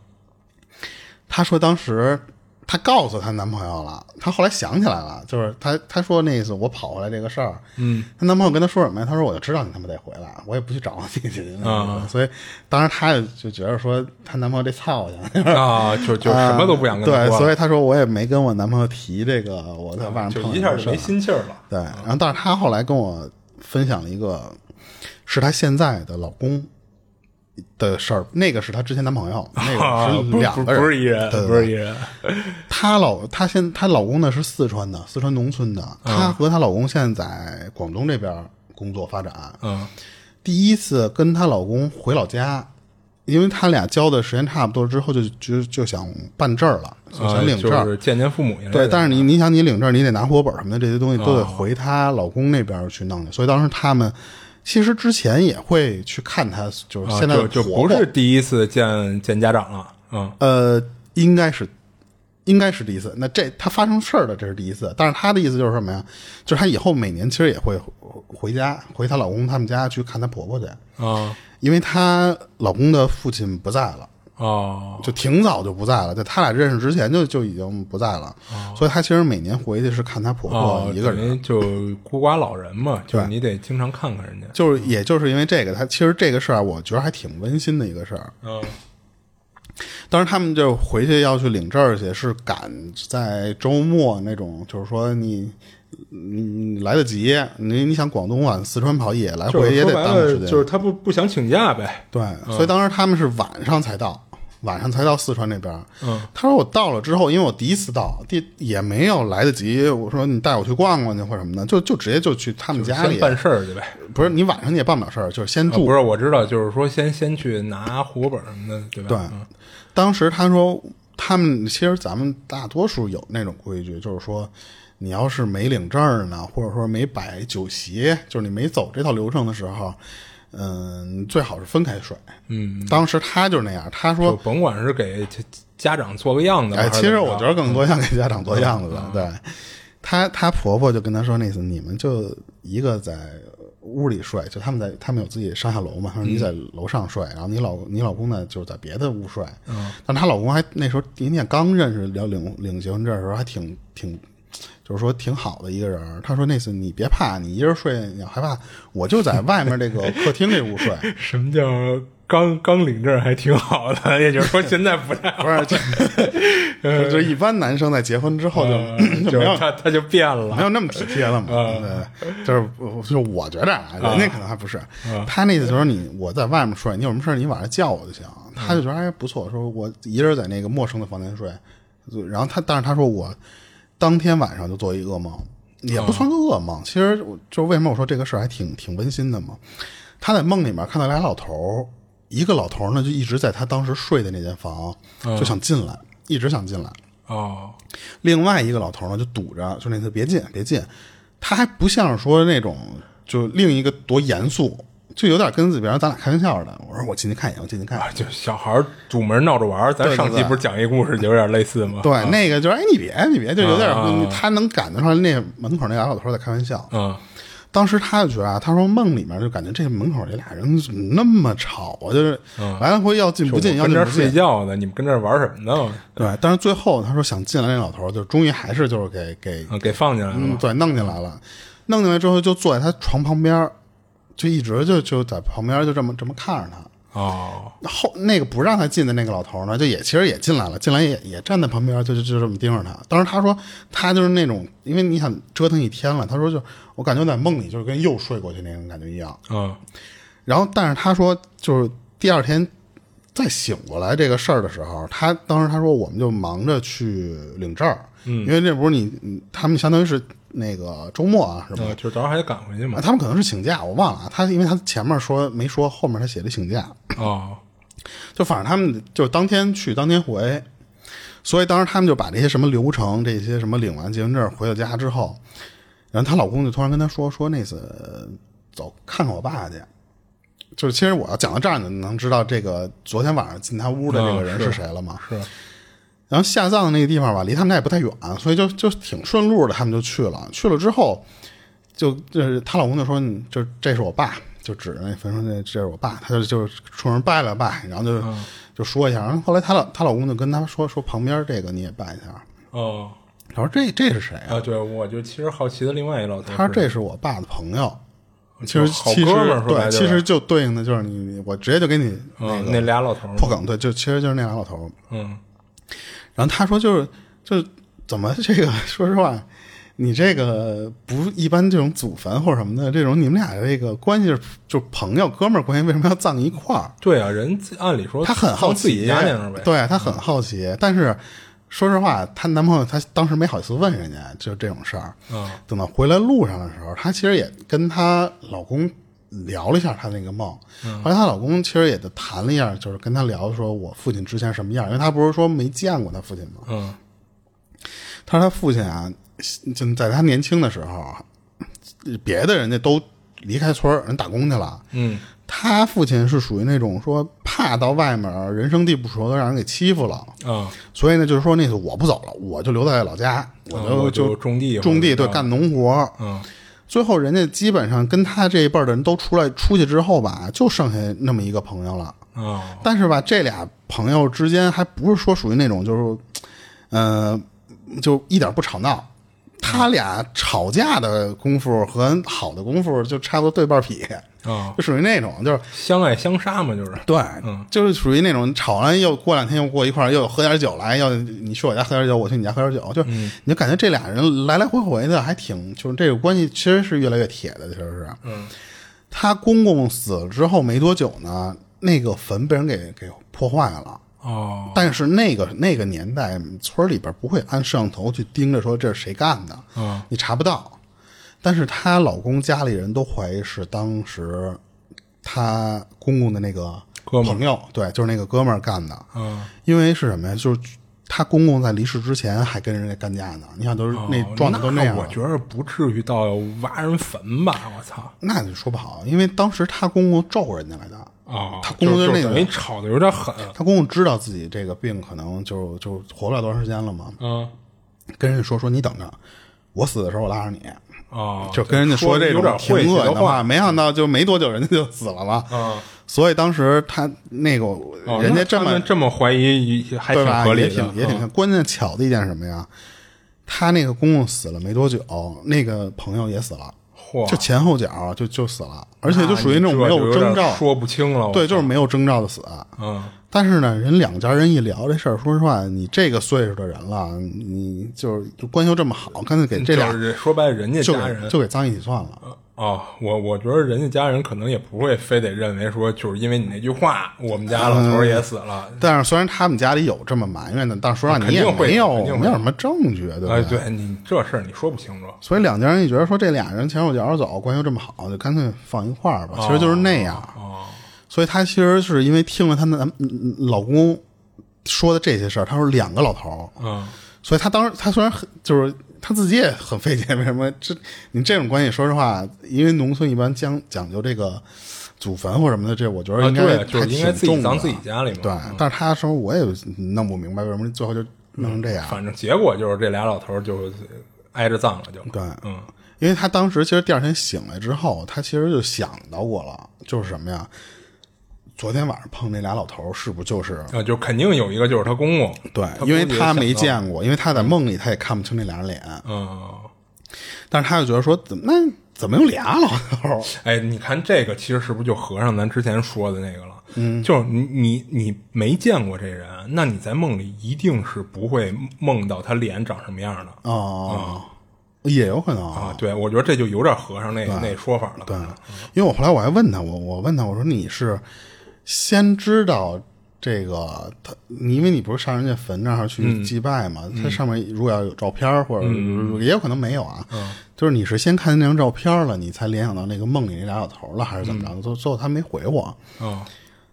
[SPEAKER 2] 她说当时她告诉她男朋友了，她后来想起来了，就是她她说那次我跑回来这个事儿，嗯，她男朋友跟她说什么呀？她说我就知道你他妈得回来，我也不去找你去，
[SPEAKER 3] 啊
[SPEAKER 2] 所以当时她就觉得说她男朋友这操性。
[SPEAKER 3] 啊，就就什么都不想跟他
[SPEAKER 2] 嗯对，
[SPEAKER 3] 说，
[SPEAKER 2] 所以她说我也没跟我男朋友提这个，我在外面
[SPEAKER 3] 就
[SPEAKER 2] 碰
[SPEAKER 3] 一下
[SPEAKER 2] 到这
[SPEAKER 3] 就
[SPEAKER 2] 事儿
[SPEAKER 3] 没心气儿了。
[SPEAKER 2] 对，然后但是她后来跟我分享了一个，是她现在的老公的事儿，那个是她之前男朋友，那
[SPEAKER 3] 啊
[SPEAKER 2] 个
[SPEAKER 3] 不
[SPEAKER 2] 是
[SPEAKER 3] 是
[SPEAKER 2] 两
[SPEAKER 3] 不
[SPEAKER 2] 个
[SPEAKER 3] 是
[SPEAKER 2] 人，
[SPEAKER 3] 不是一人
[SPEAKER 2] 对，对
[SPEAKER 3] 不是一人。
[SPEAKER 2] 她老她现她老公呢是四川的，四川农村的，
[SPEAKER 3] 嗯
[SPEAKER 2] 她和她老公现在在广东这边工作发展，
[SPEAKER 3] 嗯
[SPEAKER 2] 第一次跟她老公回老家，因为她俩交的时间差不多之后就就就想办证儿了，就
[SPEAKER 3] 啊
[SPEAKER 2] 想领证儿。
[SPEAKER 3] 就是见见父母一类的
[SPEAKER 2] 对，但是你你想，你领证，你得拿户口本什么的，这些东西
[SPEAKER 3] 啊
[SPEAKER 2] 都得回她老公那边去弄去。所以当时他们其实之前也会去看她，就是
[SPEAKER 3] 啊
[SPEAKER 2] 现在的
[SPEAKER 3] 就就
[SPEAKER 2] 婆
[SPEAKER 3] 不
[SPEAKER 2] 婆
[SPEAKER 3] 是第一次见见家长了，嗯，
[SPEAKER 2] 呃，应该是应该是第一次。那这她发生事儿了，这是第一次。但是她的意思就是什么呀？就是她以后每年其实也会回家，回她老公他们家去看她婆婆去，
[SPEAKER 3] 啊
[SPEAKER 2] 因为她老公的父亲不在了。
[SPEAKER 3] 哦，
[SPEAKER 2] 就挺早就不在了，在她俩认识之前就就已经不在了，所以她其实每年回去是看她婆婆
[SPEAKER 3] 哦，
[SPEAKER 2] 一个人，
[SPEAKER 3] 等于就孤寡老人嘛，就是
[SPEAKER 2] 对
[SPEAKER 3] 你得经常看看人家，
[SPEAKER 2] 就是也就是因为这个，她其实这个事儿啊我觉得还挺温馨的一个事儿。
[SPEAKER 3] 嗯
[SPEAKER 2] 当时他们就回去要去领证儿去，是赶在周末那种，就是说你你你来得及，你你想广东往四川跑也来
[SPEAKER 3] 就
[SPEAKER 2] 哎回
[SPEAKER 3] 是
[SPEAKER 2] 也
[SPEAKER 3] 说
[SPEAKER 2] 得
[SPEAKER 3] 白
[SPEAKER 2] 耽误
[SPEAKER 3] 了
[SPEAKER 2] 时，间，
[SPEAKER 3] 就是他不不想请假呗，
[SPEAKER 2] 对，所以当时他们是晚上才到，晚上才到四川那边。
[SPEAKER 3] 嗯，
[SPEAKER 2] 他说我到了之后，因为我第一次到，第也没有来得及，我说你带我去逛逛去或什么的，就就直接就去他们家里
[SPEAKER 3] 先。办事儿去呗。
[SPEAKER 2] 不是你晚上你也办不了事儿，就是先
[SPEAKER 3] 啊
[SPEAKER 2] 啊住。
[SPEAKER 3] 不是，我知道，就是说先先去拿户口本什么的，对吧？嗯
[SPEAKER 2] 对，当时他说他们其实咱们大多数有那种规矩，就是说你要是没领证儿呢，或者说没摆酒席，就是你没走这套流程的时候，嗯，最好是分开睡。嗯，当时他就是那样，他
[SPEAKER 3] 就
[SPEAKER 2] 说，
[SPEAKER 3] 甭管是给家家长做个样子吧。
[SPEAKER 2] 哎，
[SPEAKER 3] 还是
[SPEAKER 2] 其实
[SPEAKER 3] 怎么
[SPEAKER 2] 我觉
[SPEAKER 3] 着
[SPEAKER 2] 得
[SPEAKER 3] 嗯
[SPEAKER 2] 更多像给家长做样子的，对。她她婆婆就跟她说那意思，你们就一个在屋里睡，就他们在他们有自己上下楼嘛，她说你
[SPEAKER 3] 嗯
[SPEAKER 2] 在楼上睡，然后你老你老公呢就是在别的屋睡，嗯，但她老公还那时候人家刚认识要领领结婚证的时候还挺挺。就是说挺好的一个人儿，她说那次你别怕，你一人睡你要害怕，我就在外面这 个客厅这屋睡，
[SPEAKER 3] 什么叫刚刚领证还挺好的， 也就是说现在不太好
[SPEAKER 2] 不是，就就一般男生在结婚之后就、
[SPEAKER 3] 呃
[SPEAKER 2] 就
[SPEAKER 3] 就
[SPEAKER 2] 没有
[SPEAKER 3] 是他他就变
[SPEAKER 2] 没
[SPEAKER 3] 了。
[SPEAKER 2] 有那么体贴了嘛。对，就是我就是我觉着啊，人家可能还不是。他那意思就是你我在外面睡，你有什么事儿你晚上叫我就行。他就觉得哎不错，说我一人在那个陌生的房间睡，就然后他但是他说我当天晚上就做一噩梦，也不算个噩梦。其实我就是为什么我说这个事儿还挺挺温馨的嘛。他在梦里面看到俩老头儿，一个老头儿呢就一直在他当时睡的那间房，就想进来，一直想进来。
[SPEAKER 3] 哦，
[SPEAKER 2] 另外一个老头呢就堵着，就那次别进别进，他还不像是说那种就另一个多严肃，就有点跟自己咱俩开玩笑似的。我说我进去看一眼，我进去看一眼。
[SPEAKER 3] 啊就小孩儿堵门闹着玩儿，咱
[SPEAKER 2] 对对
[SPEAKER 3] 上期
[SPEAKER 2] 对
[SPEAKER 3] 不是讲一故事，就有点类似吗？
[SPEAKER 2] 对，那个就是哎，你别你别，就有点、嗯
[SPEAKER 3] 啊
[SPEAKER 2] 他能感觉出来那门口那俩老头在开玩笑。
[SPEAKER 3] 嗯，
[SPEAKER 2] 当时他就觉得啊，他说梦里面就感觉这门口这俩人怎么那么吵啊，就是来来回要进不进，
[SPEAKER 3] 我
[SPEAKER 2] 要
[SPEAKER 3] 跟
[SPEAKER 2] 进
[SPEAKER 3] 这儿
[SPEAKER 2] 不进
[SPEAKER 3] 睡。觉呢，你们跟这儿玩什么呢？
[SPEAKER 2] 对，但是最后他说想进来那老头儿就终于还是就是给给
[SPEAKER 3] 啊，给放进来
[SPEAKER 2] 嗯，
[SPEAKER 3] 了。
[SPEAKER 2] 对，弄进来了，弄进来之后就坐在他床旁边儿，就一直就就在旁边儿就这么这么看着他。
[SPEAKER 3] 哦，
[SPEAKER 2] 后那个不让他进的那个老头呢，就也其实也进来了，进来也也站在旁边，就就就这么盯着他。当时他说他就是那种，因为你想折腾一天了，他说就我感觉在梦里就是跟又睡过去那种感觉一样。
[SPEAKER 3] 嗯，
[SPEAKER 2] 然后，但是他说，就是第二天再醒过来这个事儿的时候，他当时他说，我们就忙着去领证儿，因为这不是你你他们相当于是那个周末啊，是吧？
[SPEAKER 3] 啊，就是早上还得赶回去 嘛
[SPEAKER 2] 啊，。他们可能是请假，我忘了啊。他因为他前面说没说，后面他写的请假，
[SPEAKER 3] 哦，
[SPEAKER 2] 就反正他们就是当天去当天回，所以当时他们就把这些什么流程，这些什么领完结婚证回到家之后，然后她老公就突然跟她说说那次呃走看看我爸去，就是其实我要讲到这儿，你能知道这个昨天晚上进她屋的这个人是谁了吗？
[SPEAKER 3] 是
[SPEAKER 2] 然后下葬的那个地方吧，离他们家也不太远，所以就就挺顺路的，他们就去了。去了之后，就就是她老公就说：“你就这是我爸。”就指着那坟说：“这这是我爸。”他就就冲人拜了拜，然后就、
[SPEAKER 3] 嗯
[SPEAKER 2] 就说一下。然后后来她老她老公就跟她说：“说旁边这个你也拜一下。
[SPEAKER 3] 哦。”
[SPEAKER 2] 她说：“这这是谁啊
[SPEAKER 3] 啊，对，我就其实好奇的另外一老头，？”
[SPEAKER 2] 她说：“这是我爸的朋友。”其
[SPEAKER 3] 嗯就
[SPEAKER 2] 实
[SPEAKER 3] 是好
[SPEAKER 2] 其
[SPEAKER 3] 哥们
[SPEAKER 2] 实
[SPEAKER 3] 儿，说白
[SPEAKER 2] 对，
[SPEAKER 3] 了
[SPEAKER 2] 其实就对应的就是你，你我直接就给你那
[SPEAKER 3] 嗯，
[SPEAKER 2] 个
[SPEAKER 3] 那俩老头儿嘛，
[SPEAKER 2] 破梗，对，就其实就是那俩老头儿。
[SPEAKER 3] 嗯，
[SPEAKER 2] 然后他说就是就是怎么这个说实话，你这个不一般这种祖坟或者什么的这种，你们俩这个关系是就朋友哥们儿关系，为什么要葬一块儿？
[SPEAKER 3] 对啊，人自按理说
[SPEAKER 2] 他很好
[SPEAKER 3] 当自己
[SPEAKER 2] 奇，
[SPEAKER 3] 家那样呗，嗯
[SPEAKER 2] 对他很好奇，但是说实话，她男朋友他当时没好意思问人家，就这种事儿。
[SPEAKER 3] 嗯，
[SPEAKER 2] 等到回来路上的时候，她其实也跟她老公聊了一下她那个梦，
[SPEAKER 3] 嗯
[SPEAKER 2] 后来她老公其实也就谈了一下，就是跟她聊说我父亲之前什么样，因为她不是说没见过她父亲吗？
[SPEAKER 3] 嗯，
[SPEAKER 2] 他说他父亲啊，就在他年轻的时候啊，别的人家都离开村儿人打工去了，
[SPEAKER 3] 嗯，
[SPEAKER 2] 他父亲是属于那种说怕到外面儿人生地不熟的让人给欺负了，
[SPEAKER 3] 啊，
[SPEAKER 2] 所以呢，就是说那次我不走了，我就留在老家，我
[SPEAKER 3] 啊
[SPEAKER 2] 就、
[SPEAKER 3] 我就
[SPEAKER 2] 就
[SPEAKER 3] 种地
[SPEAKER 2] 种地，
[SPEAKER 3] 或者
[SPEAKER 2] 对，干
[SPEAKER 3] 干
[SPEAKER 2] 农活儿。
[SPEAKER 3] 嗯，
[SPEAKER 2] 最后人家基本上跟他这一辈儿的人都出来出去之后吧，就剩下那么一个朋友了。
[SPEAKER 3] 啊，
[SPEAKER 2] 但是吧，这俩朋友之间还不是说属于那种就是，呃，就一点不吵闹。他俩吵架的功夫和好的功夫就差不多对半劈，
[SPEAKER 3] 啊，
[SPEAKER 2] 就属于那种就是
[SPEAKER 3] 相爱相杀嘛，就是，
[SPEAKER 2] 对，就是属于那种吵完又过两天又过一块儿，又喝点酒来，要你去我家喝点酒，我去你家喝点酒，就、你就感觉这俩人来来回回的，还挺就是这个关系其实是越来越铁的，其实是。嗯，他公公死了之后没多久呢，那个坟被人给给破坏了。
[SPEAKER 3] 哦，
[SPEAKER 2] 但是那个那个年代，村里边不会安摄像头去盯着说这是谁干的，
[SPEAKER 3] 啊
[SPEAKER 2] 你查不到。但是她老公家里人都怀疑是当时她公公的那个
[SPEAKER 3] 哥们儿
[SPEAKER 2] 朋友，对，就是那个哥们儿干的。
[SPEAKER 3] 嗯，
[SPEAKER 2] 因为是什么呀？就是她公公在离世之前还跟人家干架呢，你想都是、那
[SPEAKER 3] 哦
[SPEAKER 2] 状态都
[SPEAKER 3] 那
[SPEAKER 2] 样了。
[SPEAKER 3] 我觉得不至于到挖人坟吧？我操！
[SPEAKER 2] 那你说不好，因为当时她公公咒人家来的
[SPEAKER 3] 哦，
[SPEAKER 2] 她公公
[SPEAKER 3] 就
[SPEAKER 2] 就那
[SPEAKER 3] 就
[SPEAKER 2] 个
[SPEAKER 3] 等于吵的有点狠，
[SPEAKER 2] 她公公知道自己这个病可能就就活不了多长时间了嘛，
[SPEAKER 3] 嗯，
[SPEAKER 2] 跟人家说说你等着，我死的时候我拉着你，
[SPEAKER 3] 哦，
[SPEAKER 2] 就跟人家
[SPEAKER 3] 说
[SPEAKER 2] 这
[SPEAKER 3] 有
[SPEAKER 2] 种
[SPEAKER 3] 点
[SPEAKER 2] 挺
[SPEAKER 3] 晦气
[SPEAKER 2] 恶
[SPEAKER 3] 的
[SPEAKER 2] 心的话，没想到就没多久人家就死了嘛。
[SPEAKER 3] 嗯，
[SPEAKER 2] 所以当时她那个、
[SPEAKER 3] 哦
[SPEAKER 2] 人家
[SPEAKER 3] 那
[SPEAKER 2] 这
[SPEAKER 3] 他
[SPEAKER 2] 么
[SPEAKER 3] 们这么怀疑也还
[SPEAKER 2] 对
[SPEAKER 3] 挺
[SPEAKER 2] 吧？
[SPEAKER 3] 合理的，
[SPEAKER 2] 也挺也挺、
[SPEAKER 3] 嗯
[SPEAKER 2] 关键巧的一件是什么呀？她那个公公死了没多久，那个朋友也死了，
[SPEAKER 3] 嚯，
[SPEAKER 2] 就前后脚就就死了，而且就属于
[SPEAKER 3] 那
[SPEAKER 2] 那种
[SPEAKER 3] 你这
[SPEAKER 2] 没有
[SPEAKER 3] 就
[SPEAKER 2] 征
[SPEAKER 3] 点
[SPEAKER 2] 兆，
[SPEAKER 3] 说不清了。我
[SPEAKER 2] 对，就是没有征兆的死。
[SPEAKER 3] 哦嗯，
[SPEAKER 2] 但是呢，人两家人一聊这事儿，说实话，你这个岁数的人了，你就是就关系又这么好，干脆给这俩
[SPEAKER 3] 就是说白了，人家
[SPEAKER 2] 就
[SPEAKER 3] 家
[SPEAKER 2] 给
[SPEAKER 3] 人
[SPEAKER 2] 就给葬一起算了。
[SPEAKER 3] 哦，我我觉得人家家人可能也不会非得认为说，就是因为你那句话，我们家老头
[SPEAKER 2] 嗯
[SPEAKER 3] 儿也死了。
[SPEAKER 2] 但是虽然他们家里有这么埋怨的，但说实话你也
[SPEAKER 3] 肯定会
[SPEAKER 2] 没有
[SPEAKER 3] 肯定会
[SPEAKER 2] 没有什么证据，对不
[SPEAKER 3] 哎，对你这事儿你说不清楚。
[SPEAKER 2] 所以两家人一觉得说这俩人前后脚着走，关系又这么好，就干脆放一块儿吧。其实就是那样。
[SPEAKER 3] 哦
[SPEAKER 2] 所以她其实是因为听了她男嗯嗯老公说的这些事儿，她说两个老头儿，
[SPEAKER 3] 嗯，
[SPEAKER 2] 所以她当时她虽然很就是她自己也很费解，为什么这你这种关系，说实话，因为农村一般讲讲究这个祖坟或什么的，这我觉得
[SPEAKER 3] 啊
[SPEAKER 2] 应该、
[SPEAKER 3] 对，就是应该自己
[SPEAKER 2] 当
[SPEAKER 3] 葬自己家里嘛。嗯
[SPEAKER 2] 对，但是她说我也弄不明白为什么最后就弄成这样，
[SPEAKER 3] 嗯反正结果就是这俩老头儿就挨着葬了，就
[SPEAKER 2] 对，
[SPEAKER 3] 嗯，
[SPEAKER 2] 因为她当时其实第二天醒来之后，她其实就想到过了，就是什么呀？昨天晚上碰那俩老头儿是不是就是
[SPEAKER 3] 啊，就肯定有一个就是他公公，
[SPEAKER 2] 对
[SPEAKER 3] 他，
[SPEAKER 2] 因为
[SPEAKER 3] 估计也
[SPEAKER 2] 他
[SPEAKER 3] 想
[SPEAKER 2] 没
[SPEAKER 3] 到
[SPEAKER 2] 见过，因为他在梦里他也看不清那俩人脸，
[SPEAKER 3] 嗯，
[SPEAKER 2] 但是他就觉得说怎么那怎么有俩老头儿？
[SPEAKER 3] 哎，你看这个其实是不是就合上咱之前说的那个了？嗯，就是你你你没见过这人，那你在梦里一定是不会梦到他脸长什么样的
[SPEAKER 2] 哦，也有可能
[SPEAKER 3] 啊。对，我觉得这就有点合上那那说法了。啊
[SPEAKER 2] 对，啊因为我后来我还问他，我我问他，我说你是先知道这个他，你因为你不是上人家坟那儿去祭拜嘛，它上面如果要有照片儿或者、也有可能没有啊，就是你是先看见那张照片儿了，你才联想到那个梦里那俩老头儿了，还是怎么着的？最、最后他没回我，
[SPEAKER 3] 啊，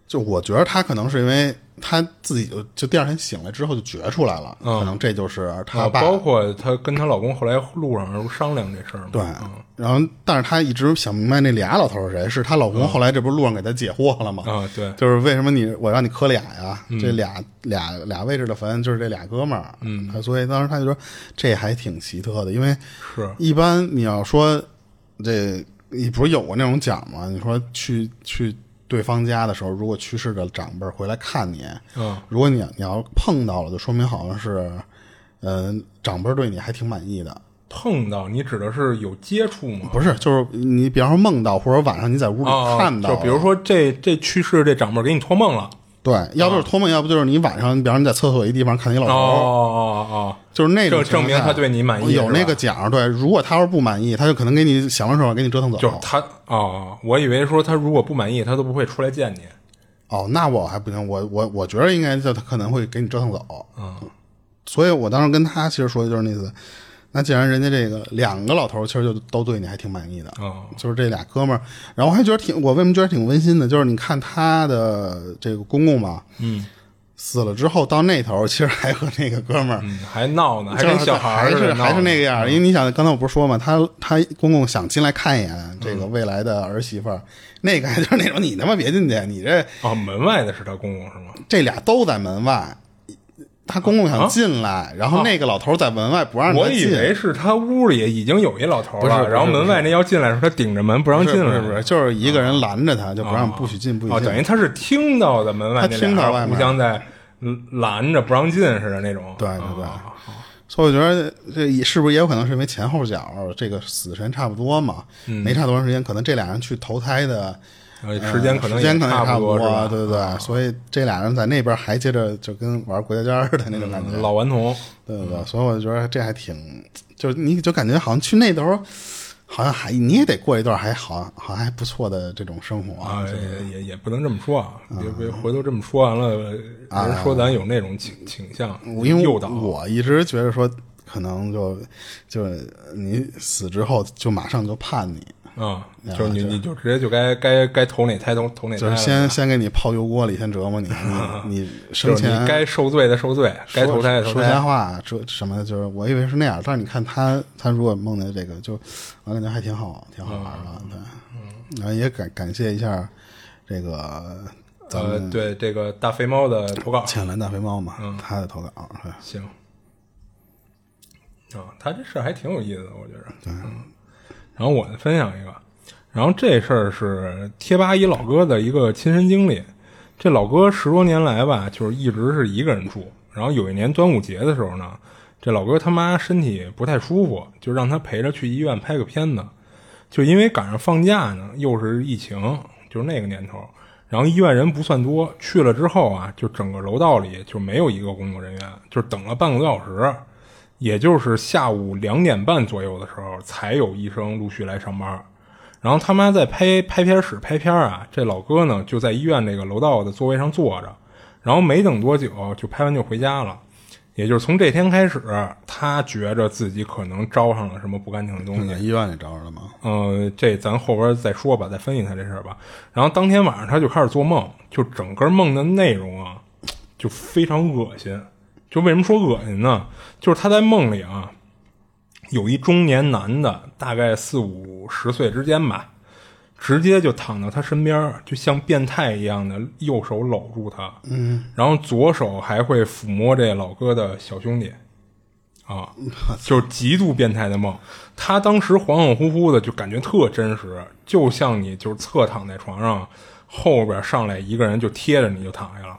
[SPEAKER 2] 就我觉得他可能是因为他自己就就第二天醒来之后就觉出来了，可能这就是他
[SPEAKER 3] 啊
[SPEAKER 2] 爸。
[SPEAKER 3] 包括她跟她老公后来路上商量这事儿嘛。
[SPEAKER 2] 对，然后但是他一直想不明白那俩老头是谁，是她老
[SPEAKER 3] 嗯
[SPEAKER 2] 公后来这不是路上给她解惑了吗？
[SPEAKER 3] 啊，对，
[SPEAKER 2] 就是为什么你我让你磕俩呀？
[SPEAKER 3] 嗯
[SPEAKER 2] 这俩俩俩位置的坟就是这俩哥们儿，嗯，所以当时他就说这还挺奇特的，因为
[SPEAKER 3] 是
[SPEAKER 2] 一般你要说这你不是有过那种讲吗？你说去去对方家的时候，如果去世的长辈儿回来看你，
[SPEAKER 3] 嗯，
[SPEAKER 2] 如果你你要碰到了，就说明好像是，呃，长辈儿对你还挺满意的。
[SPEAKER 3] 碰到你指的是有接触吗？
[SPEAKER 2] 不是，就是你比方说梦到，或者晚上你在屋里
[SPEAKER 3] 啊，
[SPEAKER 2] 看到，
[SPEAKER 3] 就比如说这这去世这长辈给你托梦了。
[SPEAKER 2] 对，要不就是托梦，要不就是你晚上，你比方说你在厕所一地方看见一老
[SPEAKER 3] 哦
[SPEAKER 2] 头儿，
[SPEAKER 3] 哦哦，
[SPEAKER 2] 就是那种
[SPEAKER 3] 这证明
[SPEAKER 2] 情况下
[SPEAKER 3] 他对你满意
[SPEAKER 2] 有那
[SPEAKER 3] 是吧
[SPEAKER 2] 个奖儿。对，如果他要是不满意，他就可能给你想方设法给你折腾走。
[SPEAKER 3] 就是他哦，我以为说他如果不满意，他都不会出来见你。
[SPEAKER 2] 哦，那我还不行，我我我觉得应该就他可能会给你折腾走。嗯，所以我当时跟他其实说的就是那意思。那既然人家这个两个老头儿其实就都对你还挺满意的，
[SPEAKER 3] 哦
[SPEAKER 2] 就是这俩哥们儿，然后我还觉得挺，我为什么觉得挺温馨的？就是你看他的这个公公吧，嗯，死了之后到那头儿其实还和那个哥们儿、
[SPEAKER 3] 嗯，还闹呢，还
[SPEAKER 2] 就是
[SPEAKER 3] 跟小孩儿
[SPEAKER 2] 还
[SPEAKER 3] 似
[SPEAKER 2] 是
[SPEAKER 3] 的闹嗯
[SPEAKER 2] 还是那个样儿，因为你想，刚才我不是说嘛，他他公公想进来看一眼这个
[SPEAKER 3] 嗯
[SPEAKER 2] 未来的儿媳妇儿，那个还就是那种你他妈别进去，你这
[SPEAKER 3] 哦，门外的是他公公是吗？
[SPEAKER 2] 这俩都在门外，他公公想进来，然后那个老头在啊门外不让他
[SPEAKER 3] 啊我以
[SPEAKER 2] 进，
[SPEAKER 3] 为是他屋里已经有一老头
[SPEAKER 2] 不是不
[SPEAKER 3] 了，
[SPEAKER 2] 是
[SPEAKER 3] 然后门外那要进来的时候，他顶着门不让
[SPEAKER 2] 不
[SPEAKER 3] 进
[SPEAKER 2] 是不
[SPEAKER 3] 来，
[SPEAKER 2] 是不是，就是一个人拦着他，就不让不许进，不许
[SPEAKER 3] 哦，
[SPEAKER 2] 进，
[SPEAKER 3] 等于他是听到的门外那
[SPEAKER 2] 他听到
[SPEAKER 3] 俩
[SPEAKER 2] 外
[SPEAKER 3] 人
[SPEAKER 2] 面
[SPEAKER 3] 互相在拦着不让进似的那种。
[SPEAKER 2] 对对对
[SPEAKER 3] 哦
[SPEAKER 2] 所以我觉得这也是不是也有可能是因为前后脚这个死神差不多嘛，
[SPEAKER 3] 嗯
[SPEAKER 2] 没差多长时间，可能这俩人去投胎的。
[SPEAKER 3] 呃时间可能
[SPEAKER 2] 时间可能也
[SPEAKER 3] 差
[SPEAKER 2] 差
[SPEAKER 3] 不
[SPEAKER 2] 多，
[SPEAKER 3] 是吧？啊
[SPEAKER 2] 对对对，所以这俩人在那边还接着就跟玩过家家似的那种感
[SPEAKER 3] 嗯
[SPEAKER 2] 觉，
[SPEAKER 3] 老顽童，
[SPEAKER 2] 对对对，所以我就觉得这还挺，就是你就感觉好像去那头好像还你也得过一段还好好像还不错的这种生活
[SPEAKER 3] 啊，也也也不能这么说啊，别别回头这么说完了，人说咱有那种倾倾向，
[SPEAKER 2] 我啊因为
[SPEAKER 3] 诱
[SPEAKER 2] 我
[SPEAKER 3] 导啊
[SPEAKER 2] 我一直觉得说，可能就就你死之后就马上就判你，
[SPEAKER 3] 啊，就是你你就直接就该该该投哪胎投投哪胎
[SPEAKER 2] 就
[SPEAKER 3] 了，
[SPEAKER 2] 是先先给你泡油锅里先折磨你， 你你生
[SPEAKER 3] 就是
[SPEAKER 2] 前
[SPEAKER 3] 你该受罪的受罪，该投胎的投
[SPEAKER 2] 说瞎
[SPEAKER 3] 胎。
[SPEAKER 2] 话，这什么的就是我以为是那样，但是你看他他如果梦见这个，就我感觉还挺好，挺好玩的，对，
[SPEAKER 3] 嗯
[SPEAKER 2] 然后也感感谢一下这个咱
[SPEAKER 3] 呃
[SPEAKER 2] 们，
[SPEAKER 3] 对这个大肥猫的投稿，
[SPEAKER 2] 浅蓝大肥猫嘛，
[SPEAKER 3] 嗯
[SPEAKER 2] 他的投稿，对
[SPEAKER 3] 行。啊，他这事儿还挺有意思的，我觉着。对。然后我再分享一个，然后这事儿是贴吧一老哥的一个亲身经历。这老哥十多年来吧，就是一直是一个人住。然后有一年端午节的时候呢，这老哥他妈身体不太舒服，就让他陪着去医院拍个片子。就因为赶上放假呢，又是疫情，就是那个年头，然后医院人不算多，去了之后啊，就整个楼道里就没有一个工作人员，就是等了半个多小时，也就是下午两点半左右的时候，才有医生陆续来上班。然后他妈在拍拍片室拍片啊，这老哥呢就在医院这个楼道的座位上坐着，然后没等多久就拍完就回家了。也就是从这天开始，他觉着自己可能招上了什么不干净的东西
[SPEAKER 2] 就，在医院里找着了嘛，
[SPEAKER 3] 呃，这咱后边再说吧，再分析他这事儿吧。然后当天晚上他就开始做梦，就整个梦的内容啊，就非常恶心。就为什么说恶心呢？就是他在梦里啊，有一中年男的，大概四五十岁之间吧，直接就躺到他身边儿，就像变态一样的右手搂住他，嗯，然后左手还会抚摸这老哥的小兄弟，啊，就是极度变态的梦。他当时恍恍惚惚的，就感觉特真实，就像你就是侧躺在床上，后边上来一个人就贴着你就躺下了。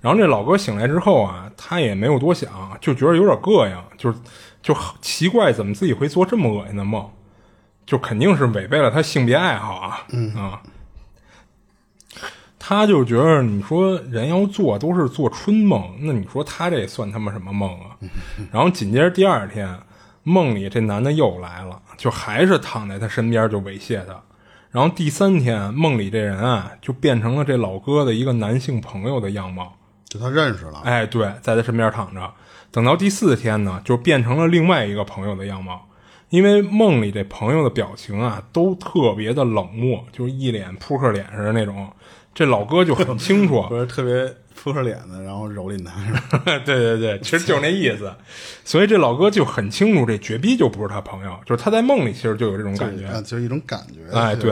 [SPEAKER 3] 然后这老哥醒来之后啊，他也没有多想，就觉得有点膈应，就是就奇怪怎么自己会做这么恶心的梦，就肯定是违背了他性别爱好啊，嗯啊。他就觉得你说人要做都是做春梦，那你说他这算他妈什么梦啊？然后紧接着第二天，梦里这男的又来了，就还是躺在他身边就猥亵他。然后第三天，梦里这人啊就变成了这老哥的一个男性朋友的样貌，
[SPEAKER 2] 就他认识了，
[SPEAKER 3] 哎，对，在他身边躺着。等到第四天呢，就变成了另外一个朋友的样貌，因为梦里这朋友的表情啊，都特别的冷漠，就是一脸扑克脸似的那种。这老哥就很清楚，
[SPEAKER 2] 不是特别扑克脸的，然后蹂躏他，是 吧？
[SPEAKER 3] 对对对，其实就是那意思。所以这老哥就很清楚，这绝逼就不是他朋友，就是他在梦里其实就有这种感觉
[SPEAKER 2] 啊就是一种感觉，
[SPEAKER 3] 哎
[SPEAKER 2] 就是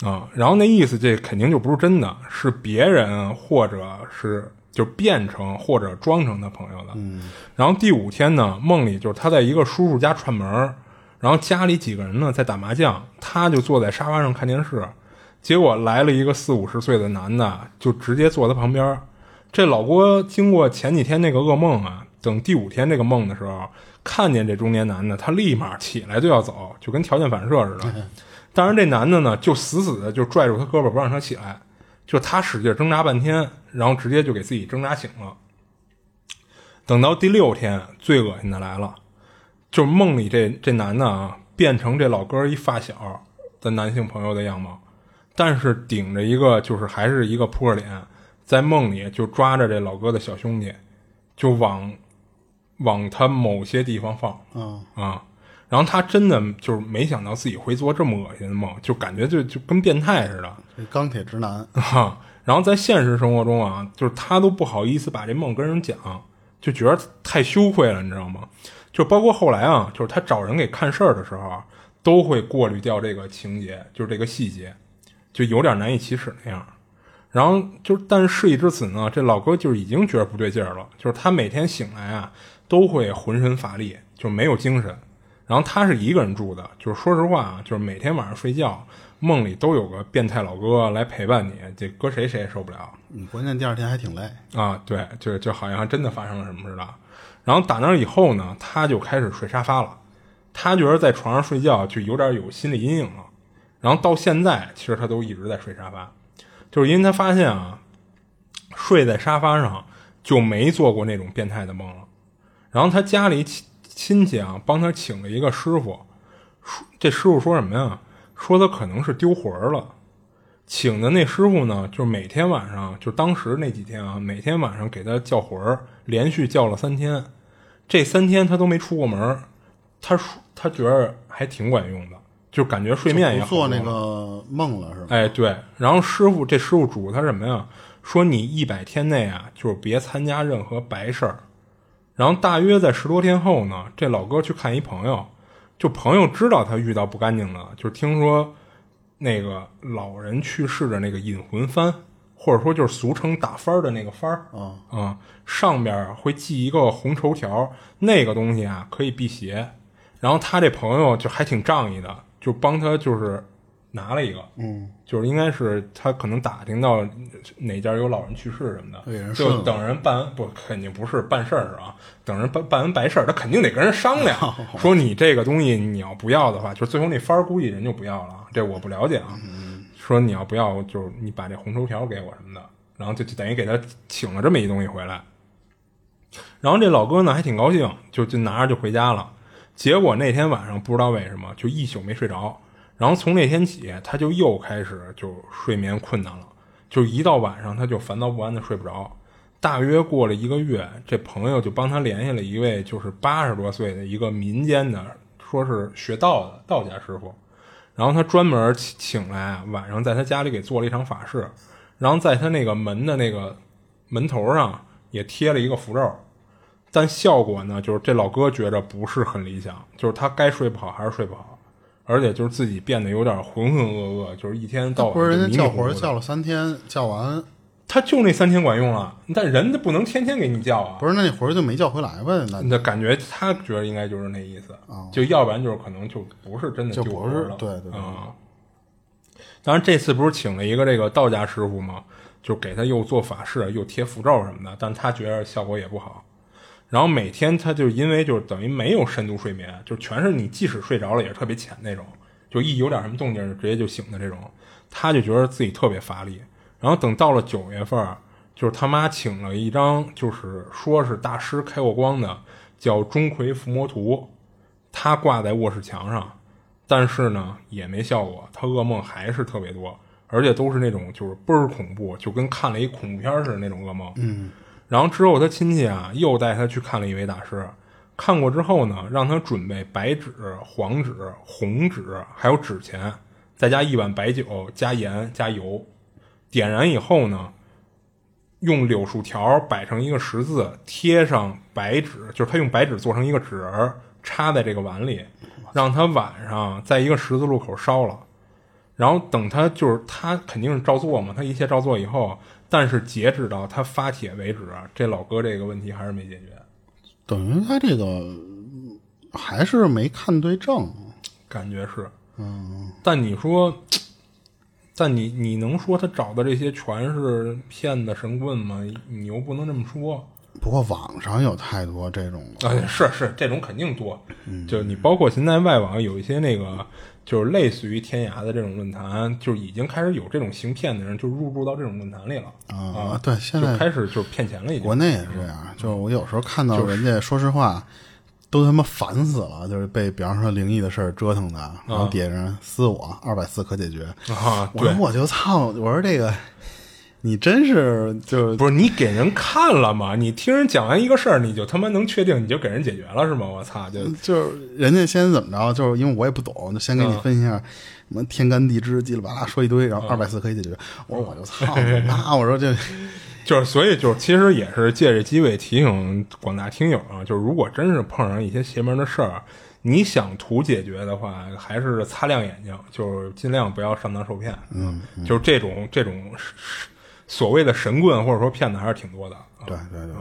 [SPEAKER 3] 对啊、然后那意思这肯定就不是真的，是别人或者是就变成或者装成他朋友的。嗯。然后第五天呢，梦里就是他在一个叔叔家串门儿然后家里几个人呢在打麻将，他就坐在沙发上看电视，结果来了一个四五十岁的男的，就直接坐他旁边儿。这老郭经过前几天那个噩梦啊，等第五天这个梦的时候，看见这中年男的，他立马起来就要走，就跟条件反射 似的。当然，这男的呢，就死死的就拽住他胳膊不让他起来，就他使劲挣扎半天，然后直接就给自己挣扎醒了。等到第六天，最恶心的来了，就是梦里这这男的啊，变成这老哥一发小的男性朋友的样貌，但是顶着一个就是还是一个扑克脸，在梦里就抓着这老哥的小兄弟，就往往他某些地方放
[SPEAKER 2] 啊
[SPEAKER 3] 啊。然后他真的就是没想到自己会做这么恶心的梦，就感觉就就跟变态似的。
[SPEAKER 2] 这钢铁直男，
[SPEAKER 3] 哈，然后在现实生活中啊，就是他都不好意思把这梦跟人讲，就觉得太羞愧了，你知道吗？就包括后来啊，就是他找人给看事儿的时候啊，都会过滤掉这个情节，就是这个细节，就有点难以启齿那样。然后就是，但是事已至此呢，这老哥就是已经觉得不对劲儿了，就是他每天醒来啊，都会浑身乏力，就没有精神。然后他是一个人住的，就是说实话啊，就是每天晚上睡觉，梦里都有个变态老哥来陪伴你，这搁谁谁也受不了。
[SPEAKER 2] 你关键第二天还挺累，
[SPEAKER 3] 啊，对，就就好像还真的发生了什么似的。然后打那以后呢，他就开始睡沙发了。他觉得在床上睡觉就有点有心理阴影了。然后到现在，其实他都一直在睡沙发，就是因为他发现啊，睡在沙发上就没做过那种变态的梦了。然后他家里亲亲戚啊，帮他请了一个师傅，说这师傅说什么呀？说他可能是丢魂儿了。请的那师傅呢，就是每天晚上，就当时那几天啊，每天晚上给他叫魂儿，连续叫了三天，这三天他都没出过门儿。他说他觉得还挺管用的，就感觉睡眠也
[SPEAKER 2] 不
[SPEAKER 3] 好
[SPEAKER 2] 做
[SPEAKER 3] 多
[SPEAKER 2] 那
[SPEAKER 3] 了
[SPEAKER 2] 个梦了是吧？
[SPEAKER 3] 哎，对，然后师傅这师傅嘱咐他什么呀？说你一百天内啊，就是别参加任何白事儿。然后大约在十多天后呢，这老哥去看一朋友，就朋友知道他遇到不干净的了，就是听说那个老人去世的那个引魂幡，或者说就是俗称打幡儿的那个幡儿啊、上边儿会系一个红绸条，那个东西啊可以辟邪。然后他这朋友就还挺仗义的，就帮他就是拿了一个，嗯，就是应该是他可能打听到哪家有老人去世什么的，
[SPEAKER 2] 给人顺
[SPEAKER 3] 就
[SPEAKER 2] 了
[SPEAKER 3] 等人办完不肯定不是办事儿啊，等人办办完白事儿，他肯定得跟人商量，说你这个东西你要不要的话，就最后那番儿估计人就不要了啊，这我不了解啊。说你要不要，就是你把这红绸条给我什么的，然后就就等于给他请了这么一东西回来。然后这老哥呢还挺高兴，就就拿着就回家了。结果那天晚上不知道为什么就一宿没睡着，然后从那天起他就又开始就睡眠困难了，就一到晚上他就烦躁不安的睡不着。大约过了一个月，这朋友就帮他联系了一位就是八十多岁的一个民间的，说是学道的道家师傅，然后他专门请请来，晚上在他家里给做了一场法事，然后在他那个门的那个门头上也贴了一个符咒，但效果呢，就是这老哥觉着不是很理想，就是他该睡不好还是睡不好，而且就是自己变得有点浑浑噩噩，就是一天到晚
[SPEAKER 2] 不是
[SPEAKER 3] 就
[SPEAKER 2] 人
[SPEAKER 3] 迷迷
[SPEAKER 2] 家叫
[SPEAKER 3] 糊
[SPEAKER 2] 魂
[SPEAKER 3] 糊
[SPEAKER 2] 儿
[SPEAKER 3] 的
[SPEAKER 2] 叫了三天，叫完
[SPEAKER 3] 他就那三天管用了，但人家不能天天给你叫啊。
[SPEAKER 2] 不是那魂儿就没叫回来呗？那
[SPEAKER 3] 那感觉他觉得应该就是那意思，就要不然就是可能就不是真的
[SPEAKER 2] 就
[SPEAKER 3] 丢
[SPEAKER 2] 不
[SPEAKER 3] 魂
[SPEAKER 2] 是
[SPEAKER 3] 了
[SPEAKER 2] 对对对
[SPEAKER 3] 啊。当然这次不是请了一个这个道家师傅吗？就给他又做法事，又贴符咒什么的，但他觉得效果也不好。然后每天他就因为就是等于没有深度睡眠，就全是你即使睡着了也是特别浅那种，就一有点什么动静直接就醒的这种，他就觉得自己特别乏力。然后等到了九月份儿，就是他妈请了一张就是说是大师开过光的，叫钟馗伏魔图，他挂在卧室墙上，但是呢也没效果，他噩梦还是特别多，而且都是那种就是倍儿恐怖，就跟看了一恐怖片儿似的那种噩梦。嗯，然后之后他亲戚啊又带他去看了一位大师，看过之后呢，让他准备白纸、黄纸、红纸，还有纸钱，再加一碗白酒，加盐加油，点燃以后呢，用柳树条摆成一个十字，贴上白纸，就是他用白纸做成一个纸人儿，插在这个碗里，让他晚上在一个十字路口烧了。然后等他就是他肯定是照做嘛，他一切照做以后，但是截止到他发帖为止，啊这老哥这个问题还是没解决。
[SPEAKER 2] 等于他这个嗯还是没看对症，
[SPEAKER 3] 感觉是，嗯，但你说，但你你能说他找的这些全是骗子神棍吗？你又不能这么说。
[SPEAKER 2] 不过网上有太多这种了，
[SPEAKER 3] 啊，是是，这种肯定多。
[SPEAKER 2] 嗯
[SPEAKER 3] 就你包括现在外网有一些那个，就是类似于天涯的这种论坛，就是已经开始有这种行骗的人就入驻到这种论坛里了
[SPEAKER 2] 啊对现在
[SPEAKER 3] 就开始就是骗钱了，已经
[SPEAKER 2] 国。内也是这样。就是我有时候看到人家，说实话，都他妈烦死了，就是被比方说灵异的事儿折腾的，然后底下人撕我二百四可解决
[SPEAKER 3] 啊
[SPEAKER 2] 我说
[SPEAKER 3] 对
[SPEAKER 2] 我就操，我说这个你真是就是
[SPEAKER 3] 不是你给人看了吗？你听人讲完一个事儿，你就他妈能确定你就给人解决了是吗？我操，就
[SPEAKER 2] 就是人家先怎么着，就是因为我也不懂，就先给你
[SPEAKER 3] 嗯
[SPEAKER 2] 分析一下什么天干地支，叽里巴啦说一堆，然后二百四可以解决。我说我就操你妈！我说这
[SPEAKER 3] 嗯就是，所以就是，其实也是借这机会提醒广大听友啊，就是如果真是碰上一些邪门的事儿，你想图解决的话，还是擦亮眼睛，就是尽量不要上当受骗。嗯，就是这种这种是是所谓的神棍或者说骗子还是挺多的。啊
[SPEAKER 2] 对对对对。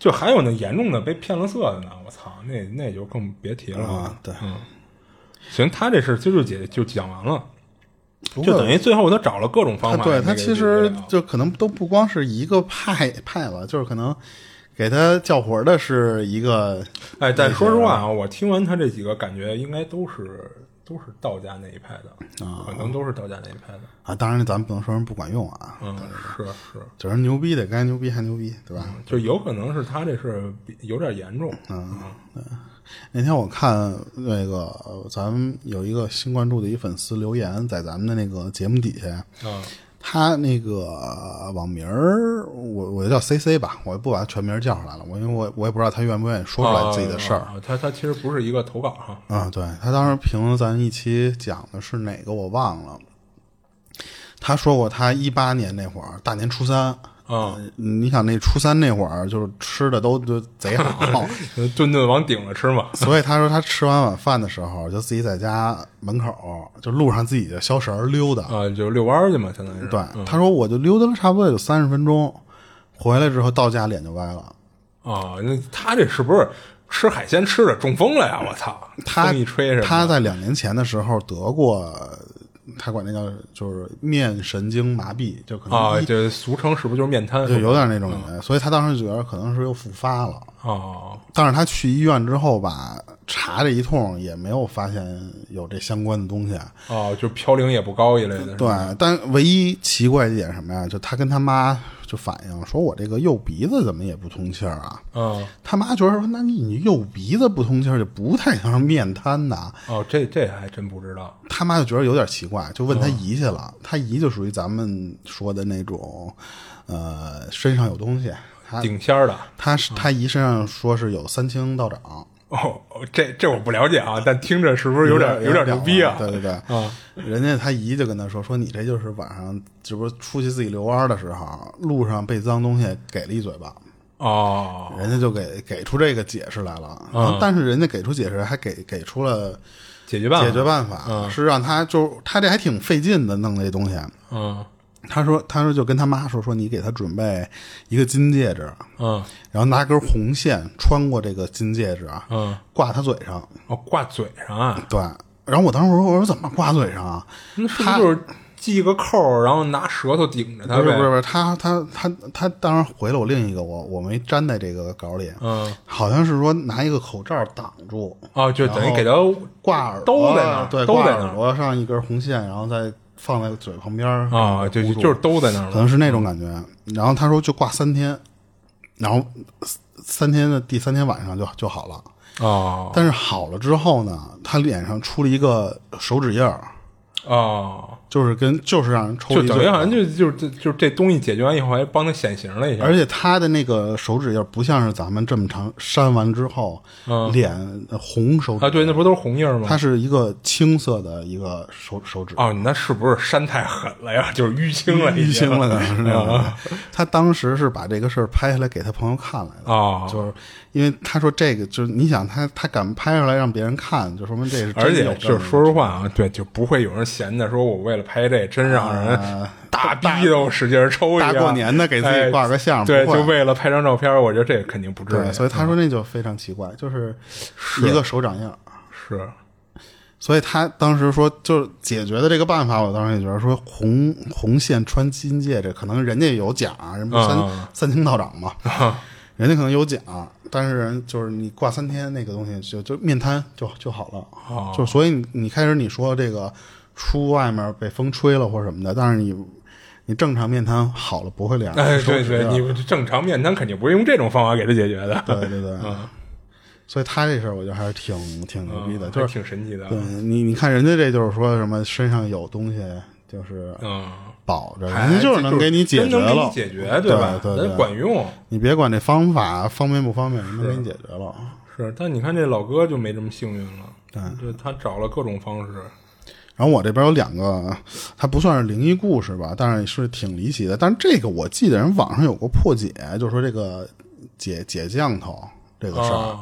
[SPEAKER 3] 就还有那严重的被骗了色的呢，我操，那那就更别提了
[SPEAKER 2] 啊对
[SPEAKER 3] 嗯，行，他这事儿其实就解就讲完了，
[SPEAKER 2] 不
[SPEAKER 3] 就
[SPEAKER 2] 过
[SPEAKER 3] 等于最后他找了各种方
[SPEAKER 2] 他
[SPEAKER 3] 法给
[SPEAKER 2] 对
[SPEAKER 3] 解决了。啊
[SPEAKER 2] 他其实就可能都不光是一个派派了，就是可能给他叫魂儿的是一个
[SPEAKER 3] 哎，但说实话啊，我听完他这几个，感觉应该都是都是道家那一派的，可能都是道家那一派的。
[SPEAKER 2] 啊，当然咱们不能说人不管用啊，
[SPEAKER 3] 嗯，是是，
[SPEAKER 2] 就是牛逼得该牛逼还牛逼，对吧？
[SPEAKER 3] 就有可能是他这是比有点严重。嗯，
[SPEAKER 2] 那天我看那个呃咱们有一个新关注的一粉丝留言，在咱们的那个节目底下，
[SPEAKER 3] 啊
[SPEAKER 2] 他那个呃网名儿，我我就叫 C C 吧，我也不把他全名叫出来了，我因为我我也不知道他愿不愿意说出来自己的事儿。
[SPEAKER 3] 啊他他其实不是一个投稿哈。
[SPEAKER 2] 啊、对他当时评论咱一期讲的是哪个我忘了，他说过他一八年那会儿大年初三。呃
[SPEAKER 3] 啊，
[SPEAKER 2] 你想那初三那会儿，就是吃的都都贼好，
[SPEAKER 3] 顿顿往顶着吃嘛。
[SPEAKER 2] 所以他说他吃完晚饭的时候，就自己在家门口，就路上自己就消食儿溜达。
[SPEAKER 3] 啊，就遛弯儿去嘛，相当于是。嗯
[SPEAKER 2] 对，他说我就溜达了差不多也就三十分钟，回来之后到家脸就歪了。
[SPEAKER 3] 啊，那他这是不是吃海鲜吃的中风了呀？我操！
[SPEAKER 2] 他
[SPEAKER 3] 风一吹什么的
[SPEAKER 2] 他在两年前的时候得过，他管那叫就是面神经麻痹，就可能
[SPEAKER 3] 啊，
[SPEAKER 2] 一
[SPEAKER 3] 这俗称是不是就是面瘫？
[SPEAKER 2] 就有点那
[SPEAKER 3] 嗯
[SPEAKER 2] 种感觉，所以他当时觉得可能是又复发了。
[SPEAKER 3] 啊
[SPEAKER 2] 但是他去医院之后吧，查这一通也没有发现有这相关的东西。
[SPEAKER 3] 啊，就嘌呤也不高一类的。是吧，
[SPEAKER 2] 对，但唯一奇怪一点什么呀？就他跟他妈就反映说，我这个右鼻子怎么也不通气儿啊？
[SPEAKER 3] 嗯，
[SPEAKER 2] 他妈觉得说，那你你右鼻子不通气儿，就不太像是面瘫呐。
[SPEAKER 3] 哦，这这还真不知道。
[SPEAKER 2] 他妈就觉得有点奇怪，就问他
[SPEAKER 3] 嗯
[SPEAKER 2] 姨去了。他姨就属于咱们说的那种，呃，身上有东西。他
[SPEAKER 3] 顶仙儿的
[SPEAKER 2] 他是他姨身上说是有三清道长，
[SPEAKER 3] 哦，哦这这我不了解啊，但听着是不是有点
[SPEAKER 2] 有
[SPEAKER 3] 点牛逼啊？
[SPEAKER 2] 对对对，
[SPEAKER 3] 啊，
[SPEAKER 2] 人家他姨就跟他说说你这就是晚上，这不是出去自己遛弯儿的时候，路上被脏东西给了一嘴巴，
[SPEAKER 3] 哦
[SPEAKER 2] 人家就给给出这个解释来了。然
[SPEAKER 3] 嗯
[SPEAKER 2] 后但是人家给出解释还给给出了
[SPEAKER 3] 解决办法
[SPEAKER 2] 解决办法，是让他就他这还挺费劲的弄这东西。
[SPEAKER 3] 嗯
[SPEAKER 2] 他说他说就跟他妈说说你给他准备一个金戒指，
[SPEAKER 3] 嗯
[SPEAKER 2] 然后拿根红线穿过这个金戒指啊，
[SPEAKER 3] 嗯，
[SPEAKER 2] 挂他嘴上，
[SPEAKER 3] 哦，挂嘴上啊，
[SPEAKER 2] 对。然后我当时我说我说怎么挂嘴上啊？
[SPEAKER 3] 那是不是就是系个扣儿，然后拿舌头顶着它呗？
[SPEAKER 2] 不是不是不是，他他他他当时回了我另一个我我没粘在这个稿里，
[SPEAKER 3] 嗯，
[SPEAKER 2] 好像是说拿一个口罩挡住，
[SPEAKER 3] 啊，就等于给它
[SPEAKER 2] 挂耳
[SPEAKER 3] 兜
[SPEAKER 2] 朵
[SPEAKER 3] 在那儿
[SPEAKER 2] 对，
[SPEAKER 3] 兜
[SPEAKER 2] 挂
[SPEAKER 3] 在那儿
[SPEAKER 2] 耳朵上一根红线，然后再放在嘴旁边儿
[SPEAKER 3] 啊，就
[SPEAKER 2] 糊
[SPEAKER 3] 就
[SPEAKER 2] 住
[SPEAKER 3] 就是兜在那儿
[SPEAKER 2] 可
[SPEAKER 3] 了。
[SPEAKER 2] 能是那种感觉。然后他说就挂三天，然后三三天的第三天晚上就就好了。
[SPEAKER 3] 哦
[SPEAKER 2] 但是好了之后呢，他脸上出了一个手指印儿，
[SPEAKER 3] 哦，
[SPEAKER 2] 就是跟就是让人抽
[SPEAKER 3] 就
[SPEAKER 2] 了一哎
[SPEAKER 3] 等于
[SPEAKER 2] 嘴
[SPEAKER 3] 好像就就就就这东西解决完以后，还帮它显形了一下
[SPEAKER 2] 而。且他的那个手指印儿不像是咱们这么长扇完之后、脸红手指，
[SPEAKER 3] 嗯啊，对，那不都是红印儿吗
[SPEAKER 2] 它？是一个青色的一个手手指。
[SPEAKER 3] 哦，你那是不是删太狠了呀？就是淤青了，
[SPEAKER 2] 淤青了。可能是那种
[SPEAKER 3] 啊
[SPEAKER 2] 他当时是把这个事儿拍下来给他朋友看来的，
[SPEAKER 3] 哦
[SPEAKER 2] 就是因为他说这个，就是你想他他敢拍出来让别人看，就说明这是真
[SPEAKER 3] 而且
[SPEAKER 2] 有
[SPEAKER 3] 就
[SPEAKER 2] 这
[SPEAKER 3] 是
[SPEAKER 2] 么
[SPEAKER 3] 说实话啊，对，就不会有人闲的说，我为了拍这，真让人 大逼都使劲儿抽一下。
[SPEAKER 2] 啊大过年的给自己挂个相
[SPEAKER 3] 哎对，
[SPEAKER 2] 不会
[SPEAKER 3] 就为了拍张照片，我觉得这肯定不至于
[SPEAKER 2] 对，。所以他
[SPEAKER 3] 嗯
[SPEAKER 2] 说那就非常奇怪，就是一个手掌印儿。
[SPEAKER 3] 是
[SPEAKER 2] 所以他当时说，就是解决的这个办法，我当时也觉得说红红线穿金戒指，可能人家有奖啊，人不是三、
[SPEAKER 3] 啊
[SPEAKER 2] 三清道 长嘛，人家可能有奖，啊但是就是你挂三天那个东西就就面瘫就就好了，
[SPEAKER 3] 哦
[SPEAKER 2] 就所以你你开始你说这个出外面被风吹了或什么的，但是你你正常面瘫好了不会脸，
[SPEAKER 3] 哎，
[SPEAKER 2] 手
[SPEAKER 3] 对
[SPEAKER 2] 指
[SPEAKER 3] 对，
[SPEAKER 2] 的
[SPEAKER 3] 你正常面瘫肯定不是用这种方法给他解决的，
[SPEAKER 2] 啊对对对，
[SPEAKER 3] 嗯
[SPEAKER 2] 所以他这事儿我觉得还是挺挺牛逼的，就
[SPEAKER 3] 嗯还
[SPEAKER 2] 是
[SPEAKER 3] 挺神奇的。啊
[SPEAKER 2] 对你，你看人家这就是说什么身上有东西，就是
[SPEAKER 3] 嗯，
[SPEAKER 2] 保着，
[SPEAKER 3] 哎
[SPEAKER 2] 人家就是能给你解
[SPEAKER 3] 真
[SPEAKER 2] 决
[SPEAKER 3] 能给你
[SPEAKER 2] 了，
[SPEAKER 3] 解决，
[SPEAKER 2] 对
[SPEAKER 3] 吧？
[SPEAKER 2] 对
[SPEAKER 3] 咱管用
[SPEAKER 2] 你别管这方法方便不方便，人能给你解决了。
[SPEAKER 3] 是，但你看这老哥就没这么幸运了，对，他找了各种方式，
[SPEAKER 2] 然后我这边有两个，它不算是灵异故事吧，但是是挺离奇的。但是这个我记得人网上有过破解，就是说这个解解降头这个事儿、
[SPEAKER 3] 啊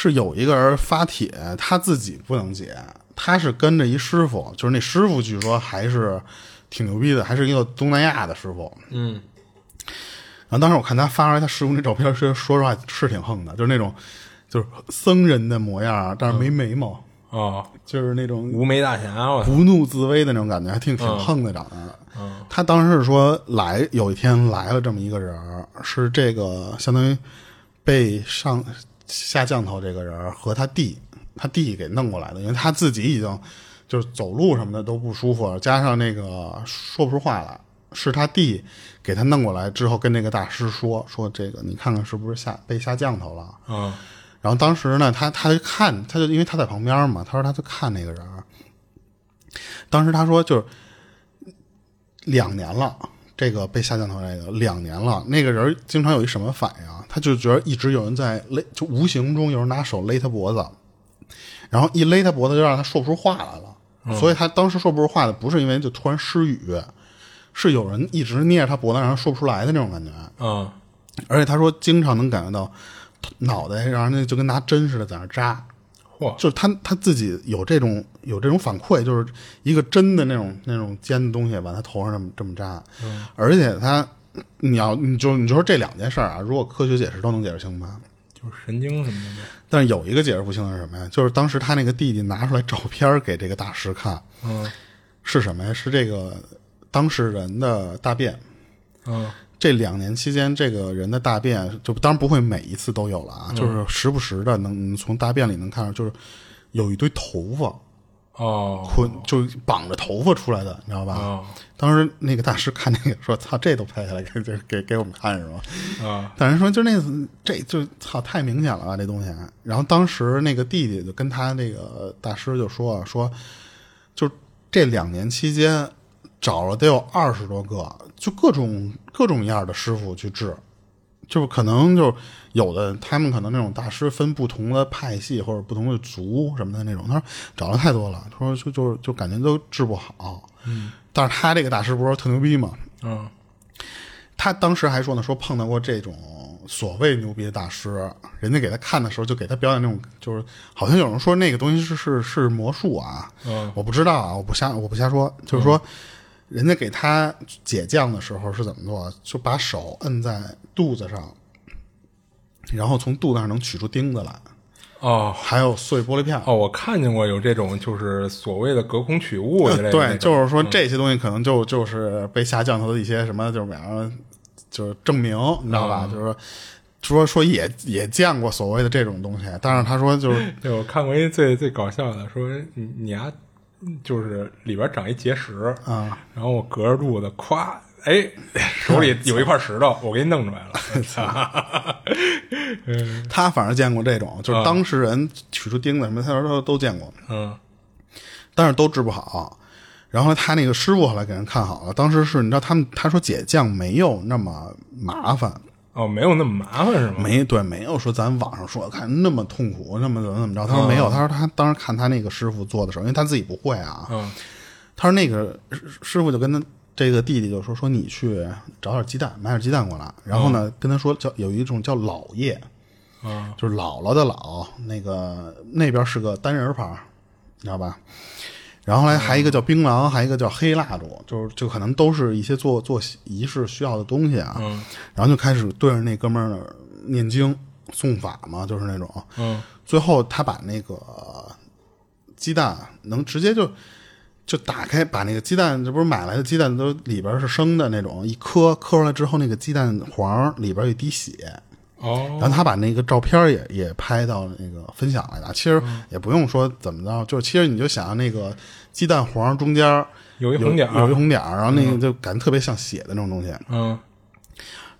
[SPEAKER 2] 是有一个人发帖，他自己不能解，他是跟着一师傅，就是那师傅据说还是挺牛逼的，还是一个东南亚的师傅。
[SPEAKER 3] 嗯，
[SPEAKER 2] 然后当时我看他发出来他师傅那照片是，说实话是挺横的，就是那种就是僧人的模样，但是没眉毛，
[SPEAKER 3] 啊，
[SPEAKER 2] 就是那种
[SPEAKER 3] 无眉大侠，我操，
[SPEAKER 2] 不怒自威的那种感觉，还挺挺横的长得。他当时是说来有一天来了这么一个人儿，是这个相当于被上下降头这个人儿和他弟他弟给弄过来的，因为他自己已经就是走路什么的都不舒服了，加上那个说不出话来，是他弟给他弄过来之后，跟那个大师说说这个，你看看是不是下被下降头了？
[SPEAKER 3] 嗯
[SPEAKER 2] 然后当时呢，他他就看，他就因为他在旁边嘛，他说他就看那个人儿。当时他说就是两年了，这个被下降头那个两年了，那个人儿经常有一什么反应啊？他就觉得一直有人在勒，就无形中有人拿手勒他脖子，然后一勒他脖子就让他说不出话来了。所以他当时说不出话的，不是因为就突然失语，是有人一直捏着他脖子让他说不出来的那种感觉。
[SPEAKER 3] 嗯，
[SPEAKER 2] 而且他说经常能感觉到头脑袋让人就跟拿针似的在那儿扎，
[SPEAKER 3] 嚯，
[SPEAKER 2] 就是他他自己有这种有这种反馈，就是一个针的那种那种尖的东西往他头上这么这么扎，而且他你要你就你就说这两件事儿啊，如果科学解释都能解释清吧。
[SPEAKER 3] 就是神经什么的呗。
[SPEAKER 2] 但是有一个解释不清的是什么呀？就是当时他那个弟弟拿出来照片儿给这个大师看，
[SPEAKER 3] 嗯
[SPEAKER 2] 是什么呀？是这个当事人的大便。
[SPEAKER 3] 嗯
[SPEAKER 2] 这两年期间，这个人的大便就当然不会每一次都有了啊，
[SPEAKER 3] 嗯
[SPEAKER 2] 就是时不时的能从大便里能看到，就是有一堆头发
[SPEAKER 3] 哦
[SPEAKER 2] 捆，就是绑着头发出来的，你知道吧？
[SPEAKER 3] 哦
[SPEAKER 2] 当时那个大师看那个说：“操，这都拍下来给给给给我们看是吗？”
[SPEAKER 3] 啊
[SPEAKER 2] 但是说就那次这就操太明显了吧这东西。然后当时那个弟弟就跟他那个大师就说啊说，就这两年期间找了得有二十多个，就各种各种样的师傅去治，就是可能就是有的他们可能那种大师分不同的派系或者不同的族什么的那种，他说找了太多了，他说就就就感觉都治不好。嗯，但是他这个大师不是特牛逼吗？
[SPEAKER 3] 嗯
[SPEAKER 2] 他当时还说呢，说碰到过这种所谓牛逼的大师，人家给他看的时候就给他表演那种，就是好像有人说那个东西是是是魔术啊，
[SPEAKER 3] 嗯
[SPEAKER 2] 我不知道啊，我不瞎我不瞎说，就是说，人家给他解降的时候是怎么做啊？就把手摁在肚子上，然后从肚子上能取出钉子来，
[SPEAKER 3] 哦
[SPEAKER 2] 还有碎玻璃片。
[SPEAKER 3] 哦，我看见过有这种，就是所谓的隔空取物之类的那种。
[SPEAKER 2] 呃对，
[SPEAKER 3] 嗯
[SPEAKER 2] 就是说这些东西可能就就是被下降头的一些什么，就是比方说就是证明，你知道
[SPEAKER 3] 嗯
[SPEAKER 2] 吧？就是说说说也也见过所谓的这种东西，但是他说就是
[SPEAKER 3] 对，我看过一最最搞笑的，说你你丫、就是里边长一结石
[SPEAKER 2] 啊，
[SPEAKER 3] 然后我隔着褥子咵，哎，手 里有一块石头，我给你弄出来了， 操！嗯
[SPEAKER 2] 他反而见过这种，就是当事人取出钉子什么，他说他都见过，
[SPEAKER 3] 嗯
[SPEAKER 2] 但是都治不好。然后他那个师傅后来给人看好了，当时是你知道他们他说解降没有那么麻烦，
[SPEAKER 3] 哦，没有那么麻烦是吗？
[SPEAKER 2] 没对，没有说咱网上说看那么痛苦，那么怎么怎么着。他说没有，他说他当时看他那个师傅做的时候，因为他自己不会啊。
[SPEAKER 3] 嗯
[SPEAKER 2] 他说那个师师傅就跟他这个弟弟就说说你去找点鸡蛋，买点鸡蛋过来。然后呢，
[SPEAKER 3] 嗯
[SPEAKER 2] 跟他说叫有一种叫老叶，
[SPEAKER 3] 啊
[SPEAKER 2] 就是姥姥的姥，那个那边是个单人旁，你知道吧？然后后来还一个叫槟榔，还一个叫黑蜡
[SPEAKER 3] 嗯
[SPEAKER 2] 烛，就是就可能都是一些做做仪式需要的东西啊。
[SPEAKER 3] 嗯
[SPEAKER 2] 然后就开始对着那哥们儿念经诵法嘛，就是那种。
[SPEAKER 3] 嗯
[SPEAKER 2] 最后他把那个呃鸡蛋能直接就就打开，把那个鸡蛋，这不是买来的鸡蛋都里边是生的那种，一磕磕出来之后，那个鸡蛋黄里边有一滴血。
[SPEAKER 3] 哦
[SPEAKER 2] 然后他把那个照片儿也也拍到那个分享来了。其实
[SPEAKER 3] 嗯
[SPEAKER 2] 也不用说怎么着，就是其实你就想那个鸡蛋黄中间儿
[SPEAKER 3] 有一红点儿
[SPEAKER 2] 有一红点儿，然后那个就感觉特别像血的那种东西。
[SPEAKER 3] 嗯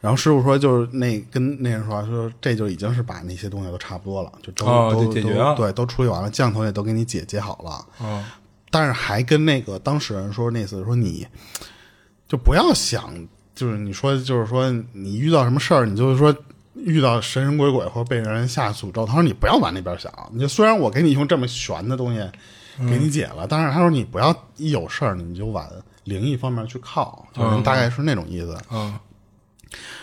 [SPEAKER 2] 然后师傅说，就是那跟那人说，说这就已经是把那些东西都差不多了，就都、
[SPEAKER 3] 哦
[SPEAKER 2] 都
[SPEAKER 3] 就解决
[SPEAKER 2] 都
[SPEAKER 3] 了
[SPEAKER 2] 对，都处理完了，降头也都给你解解好了。
[SPEAKER 3] 嗯
[SPEAKER 2] 但是还跟那个当事人说，那次说你就不要想，就是你说就是说你遇到什么事儿，你就是说遇到神神鬼鬼或者被人下诅咒，他说你不要往那边想。你就虽然我给你用这么玄的东西给你解了，但是他说你不要一有事儿你就往灵异方面去靠，就是人大概是那种意思。
[SPEAKER 3] 嗯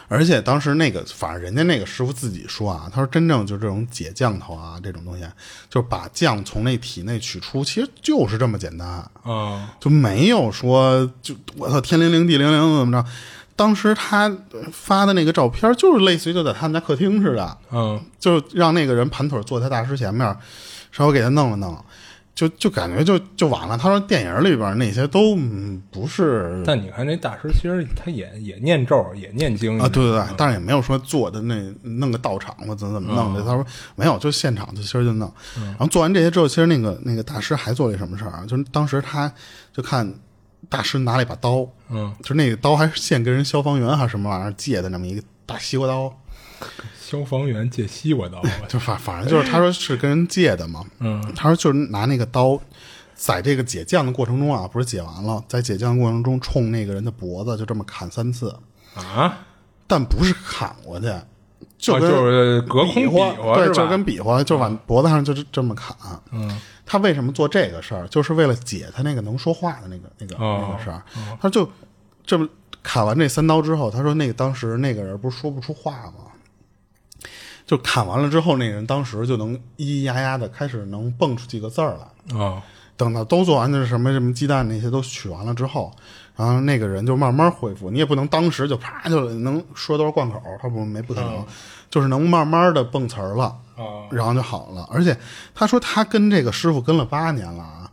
[SPEAKER 2] 而且当时那个，反正人家那个师傅自己说啊，他说真正就这种解降头啊，这种东西，就是把降从那体内取出，其实就是这么简单，啊
[SPEAKER 3] 嗯
[SPEAKER 2] 就没有说就我操天灵灵地灵灵怎么着。当时他呃发的那个照片，就是类似于就在他们家客厅似的，
[SPEAKER 3] 嗯
[SPEAKER 2] 就让那个人盘腿坐在大师前面，稍微给他弄了弄。就就感觉就就完了。他说电影里边那些都嗯不是
[SPEAKER 3] 但你看这大师，其实他也也念咒，也念经
[SPEAKER 2] 啊，对对对，但是也没有说做的那弄个道场或怎么怎么弄的。他说没有，就现场就其实就弄。然后做完这些之后，其实那个那个大师还做了一什么事儿啊？就是当时他就看大师拿了一把刀，
[SPEAKER 3] 嗯，
[SPEAKER 2] 就是那个刀还是现跟人消防员还是什么玩意儿借的那么一个大西瓜刀，
[SPEAKER 3] 消防员借西 瓜刀，
[SPEAKER 2] 就反反正就是他说是跟人借的嘛，嗯，他说就是拿那个刀。在这个解降的过程中啊，不是解完了，在解降的过程中冲那个人的脖子就这么砍三次，
[SPEAKER 3] 啊，
[SPEAKER 2] 但不是砍过去，就
[SPEAKER 3] 啊
[SPEAKER 2] 跟、
[SPEAKER 3] 就是隔空比
[SPEAKER 2] 划，
[SPEAKER 3] 划是
[SPEAKER 2] 对，
[SPEAKER 3] 吧嗯
[SPEAKER 2] 就跟比划，就往脖子上就这么砍。嗯，他为什么做这个事儿，就是为了解他那个能说话的那个那个、
[SPEAKER 3] 哦
[SPEAKER 2] 那个事儿。他就这么砍完这三刀之后，他说那个当时那个人不是说不出话吗？就砍完了之后，那人当时就能咿咿呀呀的开始能蹦出几个字儿来。
[SPEAKER 3] 啊，
[SPEAKER 2] 等到都做完的是什么什么鸡蛋那些都取完了之后，然后那个人就慢慢恢复。你也不能当时就啪就能说多少贯口，他不没不可能，就是能慢慢的蹦词儿了，
[SPEAKER 3] 哦
[SPEAKER 2] 然后就好了。而且他说他跟这个师傅跟了八年了啊，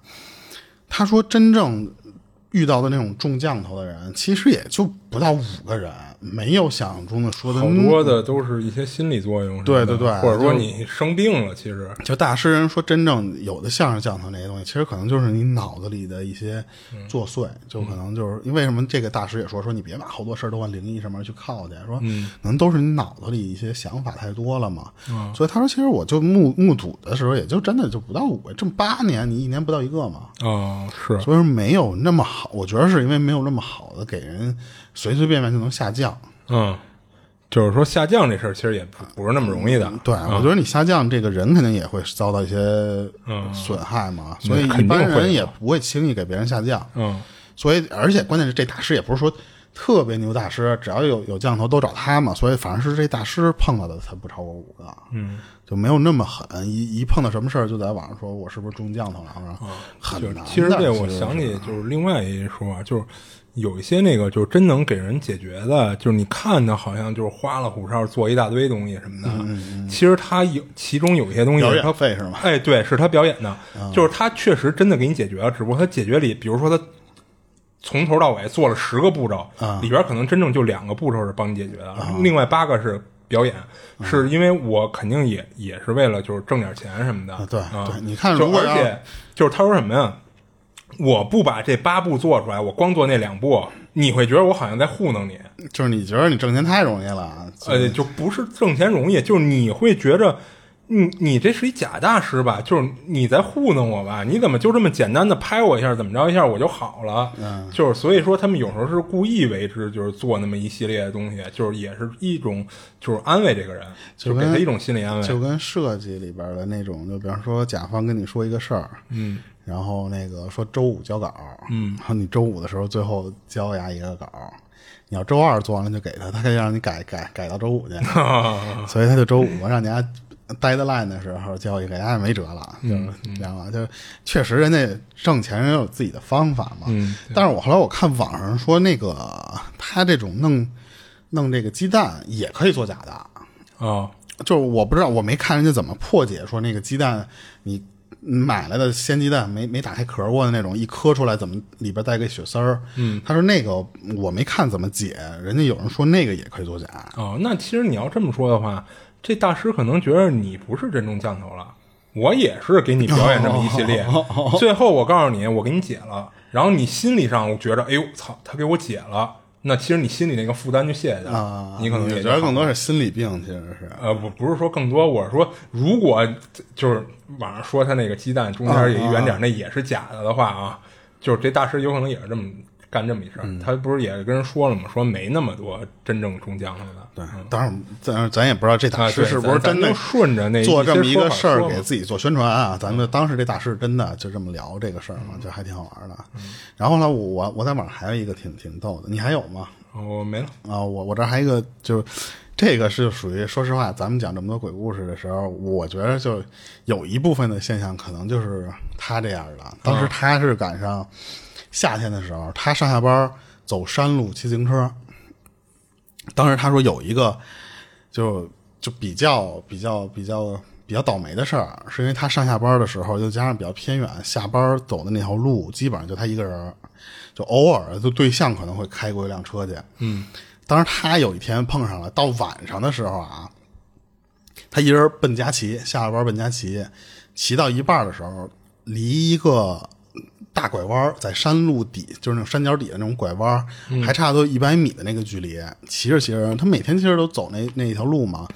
[SPEAKER 2] 他说真正遇到的那种中降头的人，其实也就不到五个人，没有想象中的说的
[SPEAKER 3] 好
[SPEAKER 2] 那
[SPEAKER 3] 多的都是一些心理作用什么的，
[SPEAKER 2] 对对对
[SPEAKER 3] 或者说
[SPEAKER 2] 就
[SPEAKER 3] 你生病了，其实
[SPEAKER 2] 就大诗人说，真正有的相声讲头那些东西，其实可能就是你脑子里的一些作祟，就可能就是因为什么？这个大师也说，说你别把好多事儿都往灵异上面去靠去，说可能都是你脑子里一些想法太多了嘛。所以他说，其实我就目目睹的时候，也就真的就不到五个，这么八年，你一年不到一个嘛。
[SPEAKER 3] 啊是
[SPEAKER 2] 所以说没有那么好，我觉得是因为没有那么好的给人随随便便就能下降。
[SPEAKER 3] 嗯，就是说下降这事儿其实也不不是那么容易的，
[SPEAKER 2] 对，我觉得你下降，这个人肯定也会遭到一些损害嘛，所以
[SPEAKER 3] 嗯
[SPEAKER 2] 一
[SPEAKER 3] 肯定
[SPEAKER 2] 般
[SPEAKER 3] 会的
[SPEAKER 2] 人也不会轻易给别人下降。
[SPEAKER 3] 嗯，
[SPEAKER 2] 所以而且关键是这大师也不是说特别牛大师，只要有有降头都找他嘛，所以反而是这大师碰到的才不超过五个，嗯，就没有那么狠，一一碰到什么事儿就在网上说我是不是中降头了，然后很
[SPEAKER 3] 嗯就是
[SPEAKER 2] 难的。
[SPEAKER 3] 其实这我
[SPEAKER 2] 是
[SPEAKER 3] 想起就是另外一说法，就是有一些那个就是真能给人解决的，就是你看的好像就是花了虎哨做一大堆东西什么的，其实他有其中有一些东
[SPEAKER 2] 嗯
[SPEAKER 3] 西
[SPEAKER 2] 表
[SPEAKER 3] 是
[SPEAKER 2] 演
[SPEAKER 3] 他
[SPEAKER 2] 费是吗啊
[SPEAKER 3] 哎，对，是他表演的，就是他确实真的给你解决了，只不过他解决里，比如说他。从头到尾做了十个步骤，
[SPEAKER 2] 啊
[SPEAKER 3] 里边可能真正就两个步骤是帮你解决的，另外八个是表演，
[SPEAKER 2] 啊
[SPEAKER 3] 是因为我肯定也也是为了就是挣点钱什么的，
[SPEAKER 2] 啊对
[SPEAKER 3] 啊
[SPEAKER 2] 对你看
[SPEAKER 3] 就
[SPEAKER 2] 如果
[SPEAKER 3] 而
[SPEAKER 2] 要
[SPEAKER 3] 且就是他说什么呀？我不把这八步做出来，我光做那两步，你会觉得我好像在糊弄你。
[SPEAKER 2] 就是你觉得你挣钱太容易了，所以
[SPEAKER 3] 呃，就不是挣钱容易，就是你会觉着，你你这是一假大师吧？就是你在糊弄我吧？你怎么就这么简单的拍我一下，怎么着一下我就好了？嗯，就是所以说他们有时候是故意为之，就是做那么一系列的东西，就是也是一种就是安慰这个人，就
[SPEAKER 2] 就
[SPEAKER 3] 给
[SPEAKER 2] 跟
[SPEAKER 3] 他一种心理安慰。
[SPEAKER 2] 就跟设计里边的那种，就比方说甲方跟你说一个事儿，嗯，然后那个说周五交稿，嗯，然后你周五的时候最后交丫一个稿，你要周二做完了就给他，他可以让你改改改到周五 去，
[SPEAKER 3] 啊
[SPEAKER 2] 所以他就周五嘛，让你家 deadline 的时候交一个，人家也没辙了，
[SPEAKER 3] 嗯
[SPEAKER 2] 就是你知道吗？就是确实人家挣钱人有自己的方法嘛。
[SPEAKER 3] 嗯
[SPEAKER 2] 但是我后来我看网上说那个他这种弄弄这个鸡蛋也可以做假的。
[SPEAKER 3] 啊
[SPEAKER 2] 就是我不知道，我没看人家怎么破解说那个鸡蛋，你买来的鲜鸡蛋没没打开壳过的那种，一磕出来怎么里边带个血丝儿？嗯，他说那个我没看怎么解，人家有人说那个也可以作假，
[SPEAKER 3] 哦，那其实你要这么说的话，这大师可能觉得你不是真正降头了，我也是给你表演这么一系
[SPEAKER 2] 哦
[SPEAKER 3] 列，最后我告诉你，我给你解了，然后你心理上觉着，哎呦，操，他给我解了，那其实你心里那个负担就卸下去了，
[SPEAKER 2] 啊，
[SPEAKER 3] 你可能
[SPEAKER 2] 我
[SPEAKER 3] 也
[SPEAKER 2] 觉得
[SPEAKER 3] 就好
[SPEAKER 2] 更多是心理病，其实是。
[SPEAKER 3] 呃，不不是说更多，我是说，如果就是网上说他那个鸡蛋中间有一
[SPEAKER 2] 啊
[SPEAKER 3] 圆点，那也是假的的话啊，就是这大师有可能也是这么干这么一事儿。
[SPEAKER 2] 嗯
[SPEAKER 3] 他不是也跟人说了吗？说没那么多真正中奖的。
[SPEAKER 2] 对，当然，咱咱也不知道这大师
[SPEAKER 3] 嗯啊对
[SPEAKER 2] 是不是
[SPEAKER 3] 咱
[SPEAKER 2] 真的
[SPEAKER 3] 咱就顺着那
[SPEAKER 2] 做这么一个
[SPEAKER 3] 一些
[SPEAKER 2] 事
[SPEAKER 3] 说法
[SPEAKER 2] 儿
[SPEAKER 3] 说嘛嗯
[SPEAKER 2] 给自己做宣传啊。咱们当时这大师真的就这么聊这个事儿嘛，就还挺好玩的。然后呢，我我我在网上还有一个挺挺逗的，你还有吗？
[SPEAKER 3] 我哦没了。
[SPEAKER 2] 啊，我我这儿还有一个，就是这个是属于说实话，咱们讲这么多鬼故事的时候，我觉得就有一部分的现象可能就是他这样的。当时他是赶上夏天的时候，他上下班走山路骑自行车。当时他说有一个就就比较比较比较比比较倒霉的事儿，是因为他上下班的时候，又加上比较偏远，下班走的那条路基本上就他一个人儿，就偶尔就对象可能会开过一辆车去。嗯，当时他有一天碰上了，到晚上的时候啊，他一人奔佳琪，下了班奔佳琪，骑到一半的时候，离一个大拐弯，在山路底，就是那种山脚底的那种拐弯，还差不多一百米的那个距离。骑着骑着，他每天其实都走那那一条路嘛。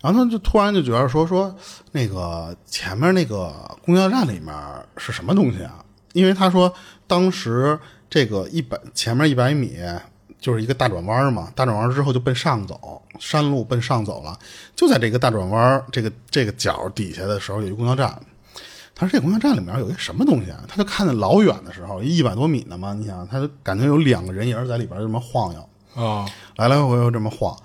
[SPEAKER 2] 然后他就突然就觉得说说那个前面那个公交站里面是什么东西啊？因为他说当时这个一百前面一百米就是一个大转弯嘛，大转弯之后就奔上走，山路奔上走了。就在这个大转弯这个这个角底下的时候有一公交站，他说这公交站里面有一个什么东西啊？他就看见老远的时候一百多米呢嘛，你想他就感觉有两个人影在里边就这么晃悠。
[SPEAKER 3] 啊，
[SPEAKER 2] 来来回回这么晃。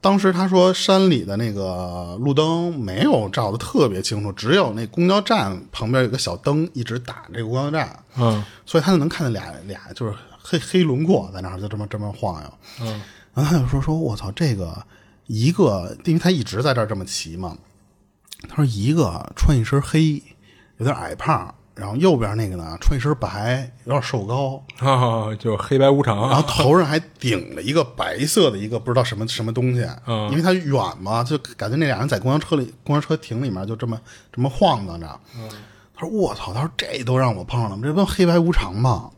[SPEAKER 2] 当时他说山里的那个路灯没有照的特别清楚，只有那公交站旁边有个小灯一直打这个公交站，
[SPEAKER 3] 嗯
[SPEAKER 2] 所以他就能看见俩俩就是黑黑轮廓在那儿就这么这么晃悠。
[SPEAKER 3] 嗯，
[SPEAKER 2] 然后他就说说我操这个一个，因为他一直在这儿这么骑嘛，他说一个穿一身黑，有点矮胖，然后右边那个呢穿一身白，有点瘦高，
[SPEAKER 3] 啊，就黑白无常
[SPEAKER 2] 然后
[SPEAKER 3] 啊，
[SPEAKER 2] 头上还顶了一个白色的一个不知道什么什么东西，啊
[SPEAKER 3] 嗯
[SPEAKER 2] 因为它远嘛，就感觉那俩人在公交车里、公交车停里面就这么这么晃荡着。
[SPEAKER 3] 嗯
[SPEAKER 2] 他说：“我操！”他说：“这都让我碰上了，这不黑白无常吗？”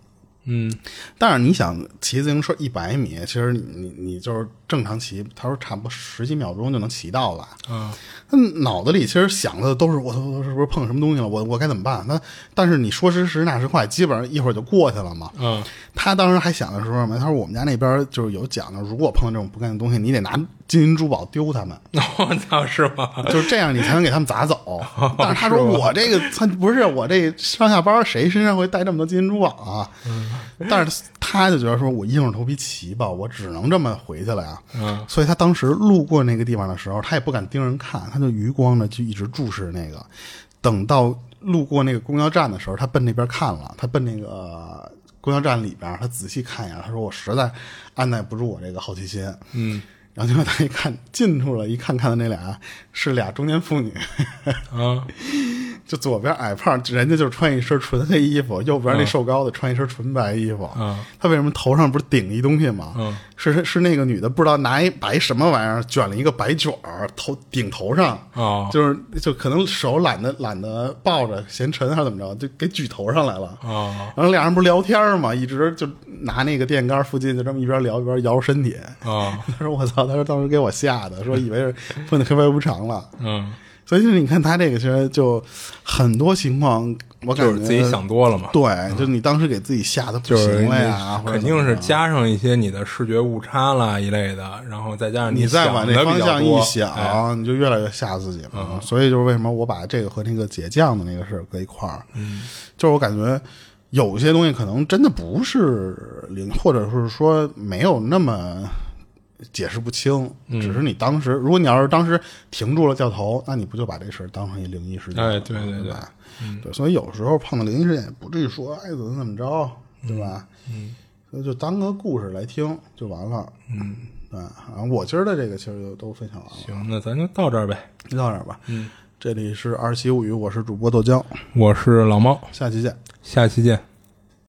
[SPEAKER 3] 嗯，
[SPEAKER 2] 但是你想骑自行车一百米，其实你你你就是正常骑，他说差不多十几秒钟就能骑到吧。
[SPEAKER 3] 啊，
[SPEAKER 2] 他脑子里其实想的都是我操，我是不是碰什么东西了？我我该怎么办？那但是你说时迟那时快，基本上一会儿就过去了嘛。
[SPEAKER 3] 嗯，
[SPEAKER 2] 他当时还想的时候嘛，他说我们家那边就是有讲的，如果碰到这种不干净的东西，你得拿金银珠宝丢他们，
[SPEAKER 3] 我操，是吗？
[SPEAKER 2] 就是这样你才能给他们砸走。但是他说我这个他不是我这上下班谁身上会带这么多金银珠宝啊？但是他就觉得说我硬着头皮骑吧，我只能这么回去了呀。
[SPEAKER 3] 嗯
[SPEAKER 2] 所以他当时路过那个地方的时候，他也不敢盯人看，他就余光呢就一直注视那个。等到路过那个公交站的时候，他奔那边看了，他奔那个呃公交站里边，他仔细看一眼，他说：“我实在按耐不住我这个好奇心。”嗯，然后结果他一看进出了，一看看到那俩是俩中年妇女，
[SPEAKER 3] 啊，
[SPEAKER 2] 就左边矮胖，人家就穿一身纯黑衣服，右边那瘦高的穿一身纯白衣服。
[SPEAKER 3] 嗯
[SPEAKER 2] 他为什么头上不是顶一东西吗？
[SPEAKER 3] 嗯
[SPEAKER 2] 是是那个女的不知道拿一白什么玩意儿卷了一个白卷儿，头顶头上，
[SPEAKER 3] 哦
[SPEAKER 2] 就是就可能手懒得懒得抱着嫌沉还是怎么着，就给举头上来了。
[SPEAKER 3] 哦
[SPEAKER 2] 然后俩人不是聊天嘛，一直就拿那个电杆附近就这么一边聊一边摇身体。
[SPEAKER 3] 啊，
[SPEAKER 2] 他说：“我操！”他说当时给我吓的，说以为是碰见黑白无常了。
[SPEAKER 3] 嗯，
[SPEAKER 2] 所以就是你看他这个，其实就很多情况，我感
[SPEAKER 3] 就
[SPEAKER 2] 觉
[SPEAKER 3] 是自己想多了嘛。
[SPEAKER 2] 对，就是你当时给自己吓得不
[SPEAKER 3] 就是
[SPEAKER 2] 行
[SPEAKER 3] 你
[SPEAKER 2] 了呀，或者
[SPEAKER 3] 肯定
[SPEAKER 2] 怎么
[SPEAKER 3] 是
[SPEAKER 2] 样
[SPEAKER 3] 加上一些你的视觉误差啦一类的，然后再加上
[SPEAKER 2] 你再
[SPEAKER 3] 再
[SPEAKER 2] 往
[SPEAKER 3] 这
[SPEAKER 2] 那方向一想，
[SPEAKER 3] 哎、
[SPEAKER 2] 你就越来越吓自己了。所以就是为什么我把这个和那个解降的那个事儿搁一块儿，嗯，就是我感觉有些东西可能真的不是灵，或者是说没有那么。解释不清，只是你当时，如果你要是当时停住了掉头，那你不就把这事儿当成一灵异事件了？
[SPEAKER 3] 哎对对对
[SPEAKER 2] 对吧，对，嗯所以有时候碰到灵异事件，也不至于说哎怎么怎么着，对吧？嗯，所以就当个故事来听就完了。嗯，对，然后我今儿的这个其实就都分享完了，
[SPEAKER 3] 行，那咱就到这儿呗。
[SPEAKER 2] 就到这儿吧。嗯，这里是二七物语，我是主播豆浆，
[SPEAKER 3] 我是老猫，
[SPEAKER 2] 下期见。
[SPEAKER 3] 下期见。